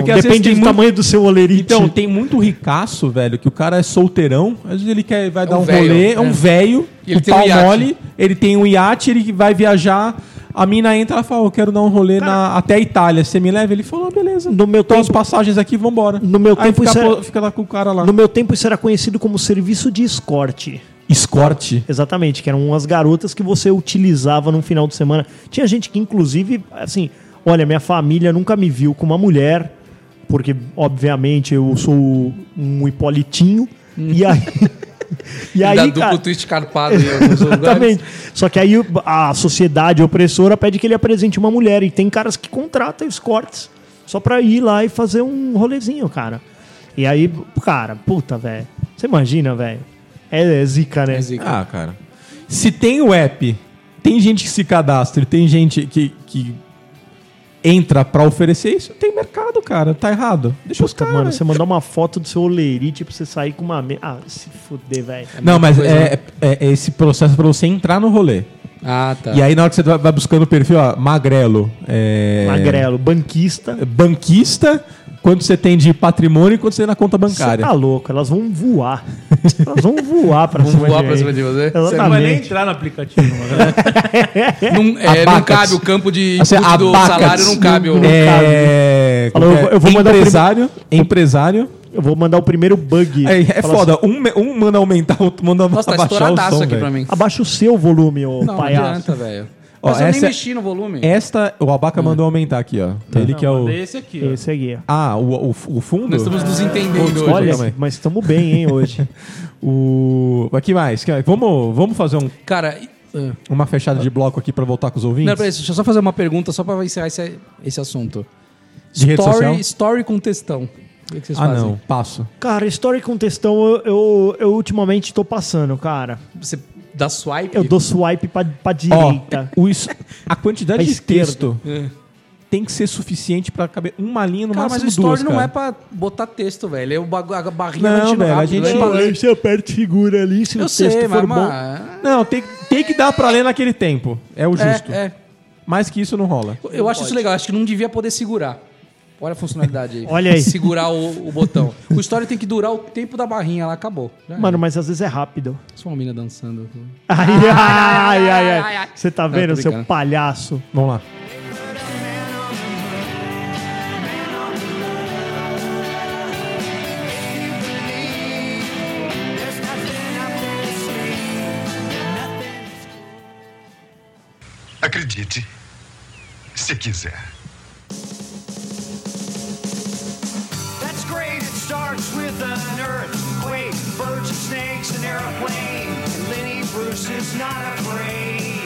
S1: É. Porque às vezes
S3: Depende
S1: tem
S3: do
S1: muito-
S3: tamanho do seu olerite.
S1: Então, tem muito ricaço, velho, que o cara é solteirão, às vezes ele quer, vai dar
S2: um
S1: um
S2: velho,
S1: rolê,
S2: né?
S1: é um velho,
S2: E ele
S1: o
S2: tem um
S1: pau
S2: iate.
S1: mole, ele tem um iate, ele vai viajar, a mina entra, ela fala, eu quero dar um rolê na- até a Itália, você me leva? Ele falou, "Ah, beleza,
S3: No meu
S1: tem as
S3: tempo-
S1: passagens aqui, vambora.
S3: No meu
S1: Aí
S3: tempo
S1: fica,
S3: isso é-
S1: pô- fica lá com o cara lá.
S3: No meu tempo, isso era conhecido como serviço de escorte.
S1: Escorte.
S3: Exatamente, que eram umas garotas que você utilizava num final de semana. Tinha gente que, inclusive, assim, olha, minha família nunca me viu com uma mulher, porque, obviamente, eu sou um hipolitinho.
S1: Hum.
S3: E aí. e
S2: da
S3: aí,
S2: duplo
S3: cara.
S2: twist carpado em alguns lugares.
S3: Exatamente. Só que aí o- a sociedade opressora pede que ele apresente uma mulher. E tem caras que contratam escortes só pra ir lá e fazer um rolezinho, cara. E aí, cara, puta, velho. Você imagina, velho. É, é zica, né?
S2: É zica.
S1: Ah, cara. Se tem o app, tem gente que se cadastra, e tem gente que, que entra pra oferecer isso, tem mercado, cara, tá errado. Deixa os
S3: Puta,
S1: caras.
S3: mano, você mandar uma foto do seu olerite pra você sair com uma. me- Ah, se fuder, velho.
S1: Não, mas
S2: coisa, né?
S1: é, é- é esse processo pra você entrar no rolê.
S2: Ah, tá.
S1: E aí, na hora que você vai- vai buscando o perfil, ó, magrelo. é,
S3: Magrelo, banquista.
S2: É
S1: Banquista, quanto você tem de patrimônio e quanto você tem na conta
S3: Você
S1: bancária.
S3: tá louco, elas vão voar. elas vão voar pra
S2: Vão
S3: cima
S2: voar
S3: de
S2: pra
S3: mim.
S2: cima de você?
S3: Exatamente.
S2: Você
S4: Não vai nem entrar no aplicativo, mano.
S2: não, é, não
S1: Abacate.
S2: cabe o campo de
S1: Assim,
S2: input do
S1: abacate.
S2: salário, não cabe o.
S1: É,
S3: Falou,
S1: qualquer-
S3: eu vou mandar o
S1: empresário, empresário
S3: Eu vou mandar o primeiro bug.
S1: É, é
S3: Falar
S1: foda, um, me- um manda aumentar, outro manda
S2: Nossa, tá
S1: abaixar o
S2: estouradaço
S1: som,
S2: aqui
S1: velho.
S2: pra mim.
S3: assim, Abaixa o seu volume,
S2: Não,
S3: ô
S2: não
S3: palhaço.
S2: adianta, velho.
S1: Ó,
S2: Mas eu nem
S1: essa- é
S2: mexi no volume.
S1: Esta, o Abaca mandou aumentar aqui, ó.
S2: Tá.
S1: Ele que é o...
S4: Mandei Esse aqui, ó.
S3: Esse aqui, ó.
S1: Ah, o, o, o fundo?
S2: Nós estamos
S1: Putz,
S2: nos entendendo hoje.
S1: olha-
S3: Olha,
S1: também.
S3: mas estamos bem, hein, hoje.
S1: O... Mas que mais? Que mais? Vamos, vamos fazer um-
S2: Cara, e- ah.
S1: uma fechada de bloco aqui pra voltar com os ouvintes?
S2: não, é peraí, deixa eu só fazer uma pergunta só pra encerrar esse, esse assunto.
S1: De rede social?
S2: Story, story com textão. O que que vocês
S1: Ah,
S2: fazem?
S1: não. Passo.
S3: Cara, história com textão, eu, eu, eu ultimamente tô passando, cara.
S2: Você dá swipe?
S3: Eu dou swipe pra, pra
S1: Ó,
S3: direita.
S1: o is- a quantidade
S3: Pra
S1: de
S3: esquerda.
S1: texto tem que ser suficiente pra caber uma linha no
S2: É. Cara, mas
S1: máximo
S2: o story
S1: duas,
S2: não
S1: cara.
S2: é pra botar texto, velho. É o bagu- a barrinha
S1: Não,
S2: vai enchendo
S1: velho, a
S2: rápido,
S1: gente-
S2: né?
S1: Não,
S3: você aperta e segura ali, se
S2: Eu sei, mas... mas-
S1: Não, tem, tem que dar pra ler naquele tempo. É o justo.
S2: É, é.
S1: Mais que isso não rola.
S2: Eu acho isso legal. Acho que não devia poder segurar. Olha a funcionalidade aí.
S3: Olha aí.
S2: Segurar o, o botão. O story tem que durar o tempo da barrinha lá. Acabou. Já
S3: Mano, mas às vezes é rápido.
S2: era. Só uma mina dançando. aqui.
S3: Ai, ai, ai, ai. Você tá
S2: Não,
S3: vendo,
S2: tô
S3: seu
S2: brincando.
S3: palhaço?
S1: Vamos lá.
S9: Acredite, se quiser.
S8: That's great. It starts with an earthquake, birds and snakes, an airplane. And Lenny Bruce is not afraid.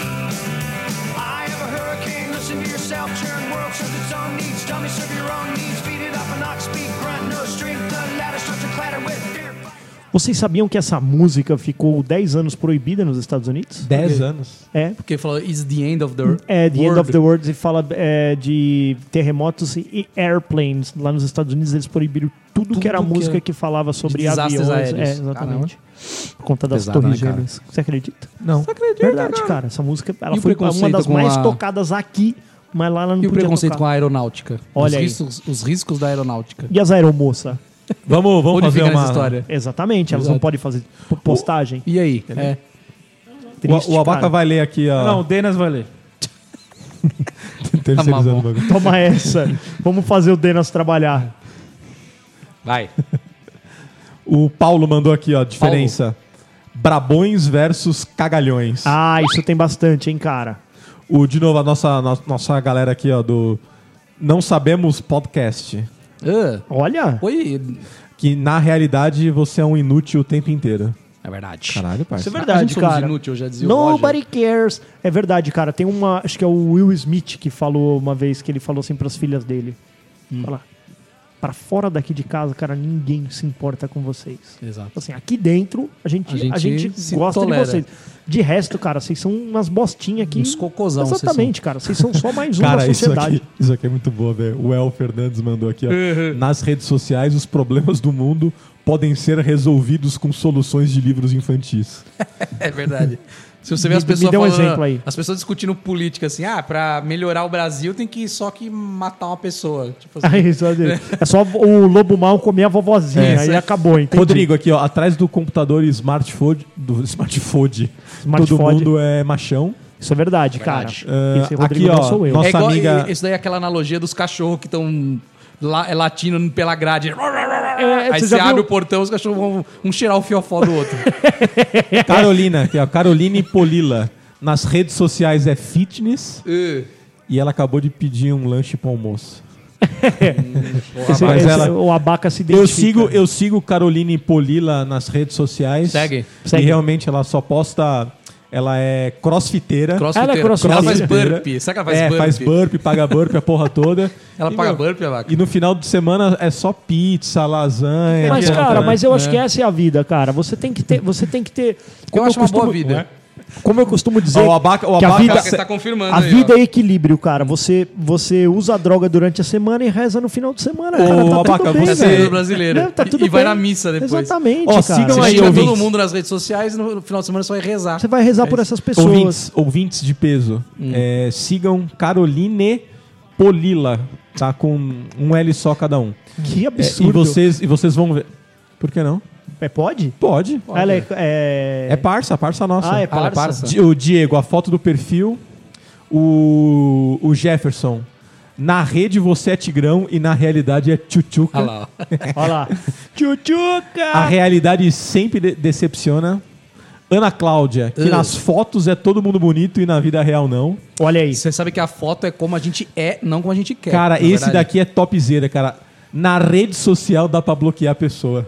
S8: I have a hurricane. Listen to yourself. Churn world serves its own needs. Dummy serve your own needs. Beat it up an ox speak. Grunt no strength. The ladder starts to clatter with fear.
S3: Vocês sabiam que essa música ficou 10 anos proibida nos Estados Unidos?
S1: Dez anos.
S3: É.
S2: Porque falou, it's the end of the
S3: É, The End
S2: world."
S3: of the World e fala é, de terremotos e airplanes. Lá nos Estados Unidos eles proibiram tudo, que era
S2: Tudo que
S3: música
S2: é-
S3: que falava sobre
S2: de
S3: aviões.
S2: desastres aéreos.
S3: É, exatamente. Por conta das
S2: Pesado,
S3: torres
S2: né, cara?
S3: gêmeas. Você acredita?
S1: Não.
S3: Verdade, cara. Essa música ela
S2: E o
S3: foi uma
S2: preconceito
S3: das
S2: com
S3: mais
S2: a-
S3: tocadas aqui, mas lá ela não
S2: E o
S3: podia
S2: preconceito
S3: tocar.
S2: com a aeronáutica. os
S3: Olha aí.
S2: Riscos, os riscos da aeronáutica.
S3: E as aeromoças?
S1: Vamos, vamos
S2: Onde
S1: fazer
S2: fica
S1: uma...
S2: nessa história?
S3: Exatamente, elas
S2: Exato.
S3: não podem fazer p- postagem.
S2: E aí? É.
S3: Triste,
S1: o, o Abaca
S3: cara.
S1: vai ler aqui a...
S4: Não, o Denas vai ler.
S1: terceirizando
S2: tá bom.
S1: o bagulho.
S3: Toma essa. Vamos fazer o Denas trabalhar.
S2: Vai.
S1: O Paulo mandou aqui, ó, a diferença. Brabões versus cagalhões.
S3: Ah, isso tem bastante, hein, cara.
S1: O, de novo, a nossa, no- nossa galera aqui, ó, do Não Sabemos Podcast.
S2: Ah,
S3: Olha.
S2: oi.
S1: Que, na realidade, você é um inútil o tempo inteiro.
S2: É verdade.
S1: Caralho,
S3: Isso é
S1: parça.
S2: A
S3: verdade,
S2: gente somos
S3: cara.
S2: inútil, já dizia o
S3: Nobody cares. É verdade, cara. Tem uma. Acho que é o Will Smith que falou uma vez que ele falou assim pras filhas dele:
S2: Hum.
S3: Olha lá. Pra fora daqui de casa, cara, ninguém se importa com vocês.
S2: Exato.
S3: Assim, aqui dentro, a gente,
S2: A
S3: a
S2: gente
S3: gente,
S2: se
S3: gosta
S2: tolera.
S3: de vocês. De resto, cara, vocês são umas bostinhas aqui.
S2: Uns cocôzão, vocês
S3: Exatamente, cara. Vocês são só mais um
S1: Cara,
S3: da
S1: isso
S3: sociedade.
S1: aqui, isso aqui é muito bom, velho. O El Fernandes mandou aqui, ó. Nas redes sociais, os problemas do mundo podem ser resolvidos com soluções de livros infantis.
S2: É verdade. Se você vê
S3: Me-
S2: as pessoas
S3: me dê um
S2: falando-
S3: exemplo aí.
S2: As pessoas discutindo política assim, ah, pra melhorar o Brasil tem que só que matar uma pessoa. Tipo assim.
S3: Aí, só de- é só o lobo mal comer a vovozinha.
S2: É,
S3: aí
S2: isso é-
S3: acabou, entendi.
S1: Rodrigo, aqui, ó, atrás do computador e smartphone. Do smartphone. Todo
S3: Smartphone.
S1: mundo é machão.
S3: Isso é verdade,
S2: Verdade.
S3: cara. Esse
S1: Ah,
S3: Rodrigo
S1: aqui,
S3: não
S1: ó,
S3: sou eu.
S1: nossa
S2: é igual,
S1: amiga-
S2: Isso daí é aquela analogia dos cachorros que estão la, é, latindo pela grade. Aí
S3: É, você
S2: você
S3: já
S2: abre
S3: viu?
S2: o portão, os cachorros vão um cheirar o fiofó do outro.
S1: Carolina, aqui, ó. Caroline Polila. Nas redes sociais é fitness
S2: Uh,
S1: e ela acabou de pedir um lanche pro almoço.
S3: Esse-
S1: Mas
S3: esse-
S1: ela-
S3: O abaca se
S1: Eu
S3: identifica.
S1: sigo, eu sigo Caroline Polila nas redes sociais.
S2: Segue.
S1: E
S3: Segue.
S1: realmente ela só posta. Ela é crossfiteira.
S2: crossfiteira.
S3: Ela é crossfiteira.
S2: Ela faz
S1: Crossfiteira.
S2: burpee. Sabe que ela faz
S1: é,
S2: burpee?
S1: faz burpee, paga burpee a porra toda.
S2: Ela
S1: E
S2: paga
S1: no-
S2: burpee, a vaca.
S1: E no final de semana é só pizza, lasanha.
S3: Mas,
S1: etc,
S3: cara,
S1: né?
S3: mas eu acho que essa é a vida, cara. Você tem que ter. Você tem que ter.
S2: Eu acho uma boa vida.
S3: é? Como eu costumo dizer.
S1: Ó, o abaca- o
S3: que a
S1: abaca-
S3: vida,
S1: Abaca
S2: Você tá confirmando
S3: a
S2: aí,
S3: vida
S2: ó.
S3: é equilíbrio, cara. Você, você usa a droga durante a semana e reza no final de semana.
S1: Ô,
S3: cara, tá
S1: abaca, você-
S3: tudo bem,
S1: é
S3: velho.
S2: Brasileiro, brasileiro.
S3: Não, tá
S2: E-
S3: tudo
S2: e vai
S3: bem.
S2: na missa depois.
S3: Exatamente,
S1: Ó,
S3: cara.
S1: sigam
S3: Você
S1: aí,
S3: tira
S2: Tira
S3: tudo-
S2: todo
S1: ouvintes.
S2: mundo nas redes sociais e no no final de semana você vai rezar.
S3: Você vai rezar por essas pessoas.
S1: É, Ouvintes, ouvintes de peso, é, sigam Caroline Polila, tá? Com um L só cada um.
S3: Que
S1: É, e,
S3: absurdo.
S1: vocês, e vocês vão ver. Por que não?
S3: É, pode?
S1: Pode.
S3: Ela é. é-
S1: É parça, parça nossa.
S3: Ah, é
S2: Ah, ela é
S3: parça.
S2: parça?
S1: Di- O Diego, a foto do perfil. O, o Jefferson, Na rede você é tigrão e na realidade é tchutchuca.
S2: Olha lá. ó.
S1: É
S3: Olha lá. Tchutchuca!
S1: A realidade sempre de- decepciona. Ana Cláudia, que
S2: Ugh.
S1: nas fotos é todo mundo bonito e na vida real não.
S3: Olha aí.
S2: Você sabe que a foto é como a gente é, não como a gente quer.
S1: Cara,
S2: na
S1: esse
S2: verdade.
S1: daqui é topzera, cara. Na rede social dá pra bloquear a pessoa.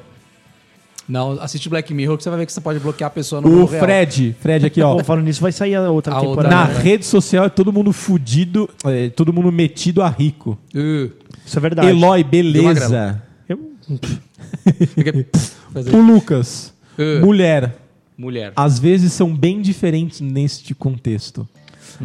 S2: Não, assiste Black Mirror que você vai ver que você pode bloquear a pessoa no
S1: O
S2: mundo real.
S1: Fred, Fred aqui, ó.
S3: Bom, falando nisso, vai sair a outra
S2: A outra,
S3: temporada.
S1: Na
S2: né?
S1: rede social é todo mundo fudido, é, todo mundo metido a rico.
S2: Uh,
S3: Isso é verdade.
S1: Eloy,
S2: Deu
S1: beleza.
S2: magrela.
S3: Eu-
S2: fica- fazer-
S1: O Lucas,
S2: Uh.
S1: mulher.
S2: Mulher.
S1: Às vezes são bem diferentes neste contexto.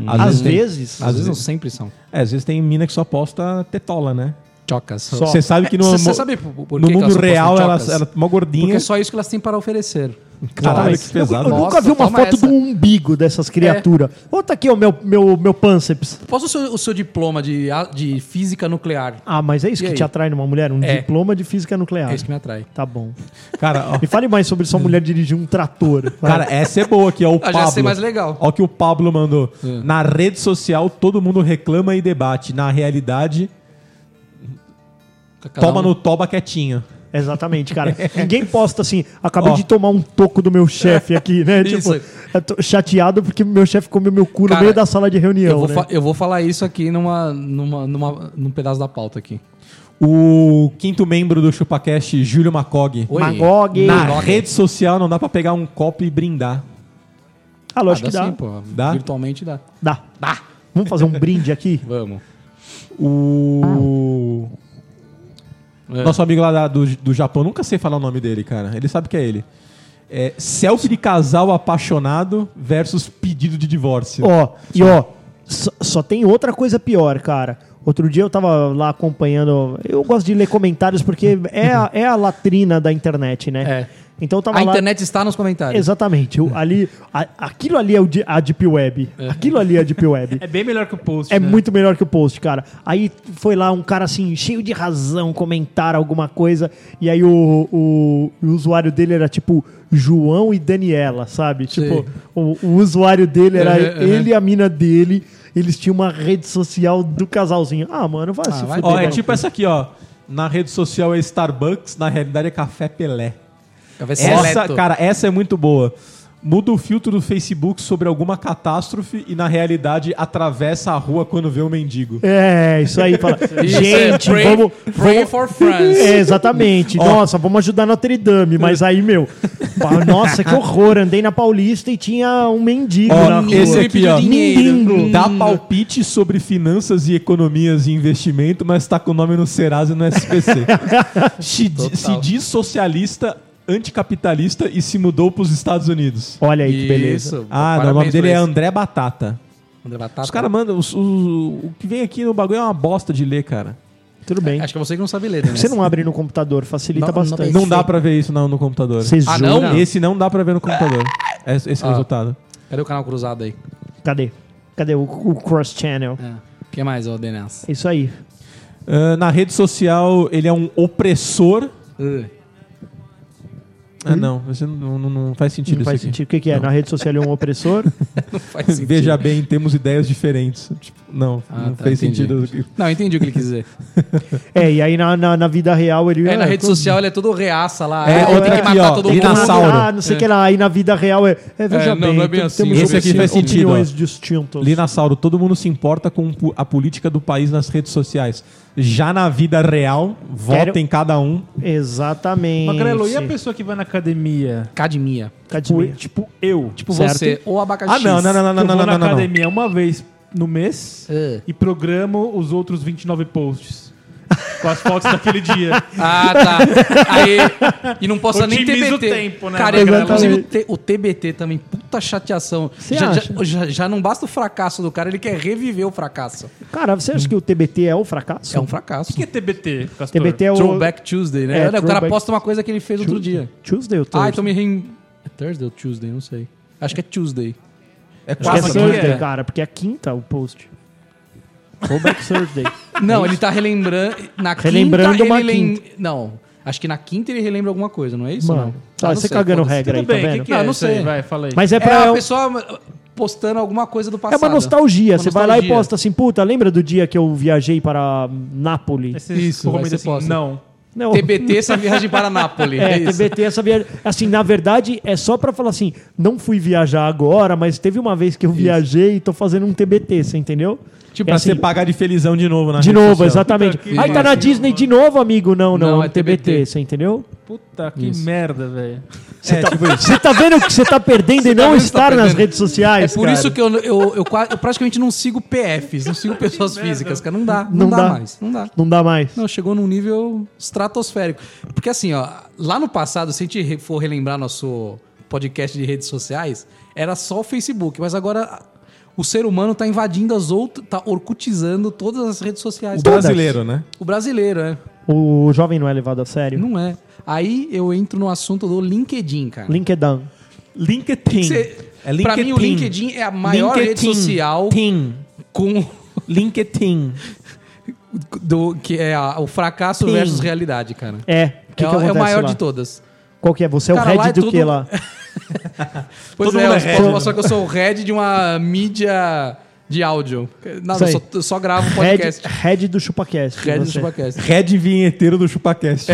S3: Às
S1: tem-
S3: vezes?
S1: às,
S2: Hum. Às vezes não
S1: vezes,
S2: sempre são.
S1: é, às vezes tem mina que só posta tetola, né?
S2: Chocas. É,
S3: Só.
S1: Você sabe que no,
S2: Cê- cê
S1: mo-
S2: sabe por- por
S1: no
S2: que que
S1: mundo
S2: elas só postam
S1: real ela,
S2: chocas?
S1: ela é mó
S2: Porque
S1: gordinha.
S2: é só isso que elas têm para oferecer.
S1: Caralho,
S3: Mas
S1: que
S3: eu, eu
S1: pesado.
S2: Nossa,
S3: nunca vi uma
S2: toma
S3: foto
S2: essa. É.
S3: do umbigo dessas criaturas. Olha tá aqui o meu, meu, meu pânceps.
S2: Posso o seu, o seu diploma de, a- de física nuclear?
S3: Ah, mas é isso
S2: E
S3: que
S2: aí?
S3: te atrai numa mulher? Um
S2: É.
S3: diploma de física nuclear.
S2: É isso que me atrai.
S3: Tá bom.
S1: Cara, ó,
S3: Me fale mais sobre sua mulher dirigir um trator. Vai.
S1: cara, essa é boa aqui, ó. O
S2: Ah,
S1: Pablo.
S2: já sei mais legal.
S1: Ó, o que o Pablo mandou. Na rede social, todo mundo reclama e debate. Na realidade,
S2: Cada
S1: toma
S2: um-
S1: no toba quietinho.
S3: Exatamente, cara. Ninguém posta assim, acabei
S1: Ó.
S3: de tomar um toco do meu chefe aqui, né?
S2: Isso.
S3: Tipo, eu tô chateado porque meu chefe comeu meu cu no
S2: Cara,
S3: meio da sala de reunião,
S2: Eu vou,
S3: né?
S2: fa- eu vou falar isso aqui numa, numa, numa, num pedaço da pauta aqui.
S1: O quinto membro do ChupaCast, Júlio Macog.
S2: Oi.
S3: Magog.
S1: Na
S2: Macog.
S1: rede social não dá pra pegar um copo e brindar.
S2: Ah,
S3: Ah, lógico que dá.
S2: sim, pô.
S1: Dá?
S2: Virtualmente dá.
S3: Dá. Vamos fazer um brinde aqui?
S2: Vamos.
S1: O.
S2: É.
S1: Nosso amigo lá da- do, do Japão, nunca sei falar o nome dele, cara. Ele sabe que é ele. É selfie de casal apaixonado versus pedido de divórcio.
S3: Ó, e ó, só, só tem outra coisa pior, cara. Outro dia eu tava lá acompanhando. Eu gosto de ler comentários porque é a, é a latrina da internet, né?
S2: É.
S3: Então eu tava
S2: A
S3: lá.
S2: internet está nos comentários.
S3: Exatamente. eu- ali, a- aquilo ali é o di- a Deep Web. Aquilo ali é a Deep Web.
S4: É bem melhor que o post.
S3: É
S4: né?
S3: muito melhor que o post, cara. Aí foi lá um cara assim, cheio de razão, comentar alguma coisa. E aí o, o, o usuário dele era tipo João e Daniela, sabe? Tipo, o, o usuário dele era
S2: Uhum, uhum.
S3: ele e a mina dele. Eles tinham uma rede social do casalzinho. Ah, mano, vai se
S2: vai
S3: fuder.
S1: Ó, é
S3: mano.
S1: tipo essa aqui, ó. Na rede social é Starbucks, na realidade é Café Pelé.
S2: Vai ser
S1: Essa,
S2: seleto.
S1: cara, essa é muito boa. Muda o filtro do Facebook sobre alguma catástrofe e, na realidade, atravessa a rua quando vê um mendigo.
S3: É, isso aí. Fala,
S2: Isso, é,
S3: gente,
S2: pray-
S3: vamos...
S2: pray
S3: vamos-
S2: for France.
S3: É, exatamente. Nossa, vamos ajudar Notre Dame. Mas aí, meu... pá, Nossa, que horror. Andei na Paulista e tinha um mendigo
S1: Ó,
S3: na rua.
S1: esse aqui, ó.
S3: Mindingo.
S1: Dá palpite sobre finanças e economias e investimento, mas tá com o nome no Serasa e no SPC. se, di- se diz socialista, anticapitalista e se mudou pros Estados Unidos.
S3: Olha aí que beleza.
S2: Isso.
S1: Ah, não, o nome dele é André Batata.
S2: André Batata.
S1: Os caras mandam. os- os- o que vem aqui no bagulho é uma bosta de ler, cara.
S3: Tudo bem.
S2: Acho que é você que não sabe ler, né?
S3: Você não abre no computador, facilita
S2: Não- não-
S3: bastante.
S1: Não dá pra ver isso não, no computador.
S3: Vocês
S2: Ah,
S3: juram?
S2: não?
S1: Esse não dá pra ver no computador. É, Esse, esse
S2: Ah.
S1: resultado.
S2: Cadê o canal cruzado aí?
S3: Cadê? Cadê o, o cross channel?
S2: É. O que mais, ô Denas?
S3: É Isso aí.
S1: Ah, na rede social, ele é um opressor.
S2: Uh, Hum?
S1: Ah, não. Isso não, não- não faz sentido
S3: Não
S1: isso
S3: faz
S1: aqui.
S3: sentido. O que, que é? Na rede social é um opressor?
S2: não faz sentido.
S1: Veja bem, temos ideias diferentes. Tipo, não,
S2: Ah,
S1: não
S2: tá,
S1: fez
S2: entendi.
S1: sentido.
S2: Não, eu entendi o que ele quis dizer.
S3: é, e aí na, na, na vida real ele.
S2: É, na
S3: ah,
S2: rede
S3: como-
S2: social ele é todo reaça lá.
S1: É,
S2: ah, tem
S1: outra
S2: que
S1: aqui,
S2: matar
S1: ó,
S2: todo
S1: ele
S2: mundo.
S1: na sala. Dinossauro.
S3: Ah, não sei o que lá. Aí na vida real é. é, veja
S2: É, não,
S3: bem.
S2: não é bem
S3: tem-
S2: assim.
S3: Temos
S1: Esse aqui faz
S3: opiniões
S1: sentido, ó.
S3: distintas.
S1: Linassauro, todo mundo se importa com pu- a política do país nas redes sociais. Já na vida real, vota
S3: Quero-
S1: em cada um.
S3: Exatamente.
S4: Magrelo, e a pessoa que vai na academia?
S2: Academia.
S3: Cadê?
S4: Tipo eu.
S2: Tipo
S3: Certo.
S2: você, ou abacaxi.
S1: Ah, não, não, não, não, não,
S4: eu
S1: não,
S4: vou
S1: não,
S4: na
S1: não, não.
S4: academia uma vez no mês
S2: É.
S4: e programo os outros 29 posts. com as fotos daquele dia.
S2: Ah, tá. Aí, e não posso nem
S4: Otimiza
S2: TBT.
S4: o tempo, né,
S2: Cara,
S4: Magrelo?
S2: inclusive o, T- o TBT também, puta chateação.
S3: Você
S2: Já, já,
S3: acha?
S2: já, já não basta o fracasso do cara, ele quer reviver o fracasso.
S3: Cara, você acha que o TBT é o fracasso?
S2: Hum. É um fracasso.
S4: O que é TBT, Castor?
S3: TBT é o.
S2: Throwback Tuesday, né?
S3: É,
S2: Olha, o cara
S3: Throwback-
S2: posta uma coisa que ele fez outro dia.
S3: Tuesday ou
S2: Ah,
S3: Thursday?
S2: então me rein... É Thursday ou Tuesday? Não sei. Acho que é Tuesday.
S1: É
S3: Acho que é
S1: quase
S4: Passa aqui,
S3: Thursday,
S4: é.
S3: cara, porque é quinta o post. Throwback Thursday.
S2: Não, ele tá relembrando... Na
S3: Relembrando
S2: quinta,
S3: uma
S2: ele lem-
S3: quinta.
S2: Não, acho que na quinta ele relembra alguma coisa, não é isso?
S3: Mano,
S2: não?
S3: tá,
S2: Ah, não
S3: você
S2: sei,
S3: cagando
S2: foda-se.
S3: regra aí,
S4: Tudo
S3: tá
S4: bem, o
S3: vendo?
S4: que, que
S2: Ah,
S4: é
S2: não
S4: isso aí?
S2: sei.
S4: Vai, fala aí.
S3: Mas é
S2: É,
S3: pra.
S2: a pessoa... postando alguma coisa do
S3: É
S2: passado.
S3: uma nostalgia.
S2: Uma
S3: Você vai lá e
S2: nostalgia.
S3: posta assim, puta, lembra do dia que eu viajei para Nápoles?
S4: Esse
S2: Isso,
S4: comenta
S2: aí você
S4: assim,
S2: posta.
S4: não.
S3: Não.
S2: TBT, essa viagem para Nápoles.
S3: É,
S2: isso.
S3: TBT, essa viagem. Assim, na verdade, é só pra falar assim: não fui viajar agora, mas teve uma vez que eu viajei e tô fazendo um TBT, você entendeu?
S2: Tipo,
S3: é
S1: Pra você pagar de felizão de novo, né?
S3: de novo, exatamente.
S4: Puta que
S3: Aí tá na
S4: pariu,
S3: Disney
S4: mano.
S3: de novo, amigo. Não, não,
S2: Não,
S3: é um
S2: é
S3: TBT,
S2: TBT,
S3: você entendeu?
S4: Puta, que merda, velho.
S3: Você tá, você tá vendo que você tá perdendo e
S2: tá
S3: não
S2: vendo que
S3: estar
S2: tá
S3: nas
S2: perdendo?
S3: redes
S2: É
S3: sociais?
S2: por
S3: cara.
S2: isso que eu, eu, eu, qua- eu praticamente não sigo PFs, não sigo pessoas físicas, cara. Não dá, não,
S3: Não
S2: dá,
S3: dá.
S2: mais. Não dá.
S3: Não dá mais.
S2: Não, chegou num nível estratosférico. Porque assim, ó, lá no passado, se a gente re- for relembrar nosso podcast de redes sociais, era só o Facebook, mas agora o ser humano tá invadindo as outras, tá orcutizando todas as redes sociais.
S1: O brasileiro, né?
S2: O brasileiro, é.
S3: O jovem não é levado a sério.
S2: Não é. Aí eu entro no assunto do LinkedIn, cara.
S3: LinkedIn.
S1: LinkedIn.
S2: Você-
S1: É
S2: Pra mim, o
S1: LinkedIn.
S2: LinkedIn é a maior rede social
S1: Tim.
S2: com
S1: LinkedIn.
S2: do que é a- o fracasso
S1: Sim.
S2: versus realidade, cara.
S3: É. O que,
S2: é,
S3: que
S2: é
S3: acontece
S2: o maior
S3: lá?
S2: de todas.
S3: Qual que é? Você é o
S2: Cara, lá
S3: head
S2: é
S3: do
S2: tudo-
S3: que lá?
S2: Pois
S1: Todo
S2: é,
S1: mundo é
S2: eu
S1: head,
S2: sou-
S1: né?
S2: só que eu sou o head de uma mídia de áudio. Nada, eu
S3: Isso
S2: só,
S3: aí.
S2: eu só gravo
S3: Head,
S2: podcast.
S3: head do ChupaCast.
S2: Head, do
S3: você.
S2: Chupacast.
S1: Red vinheteiro do ChupaCast.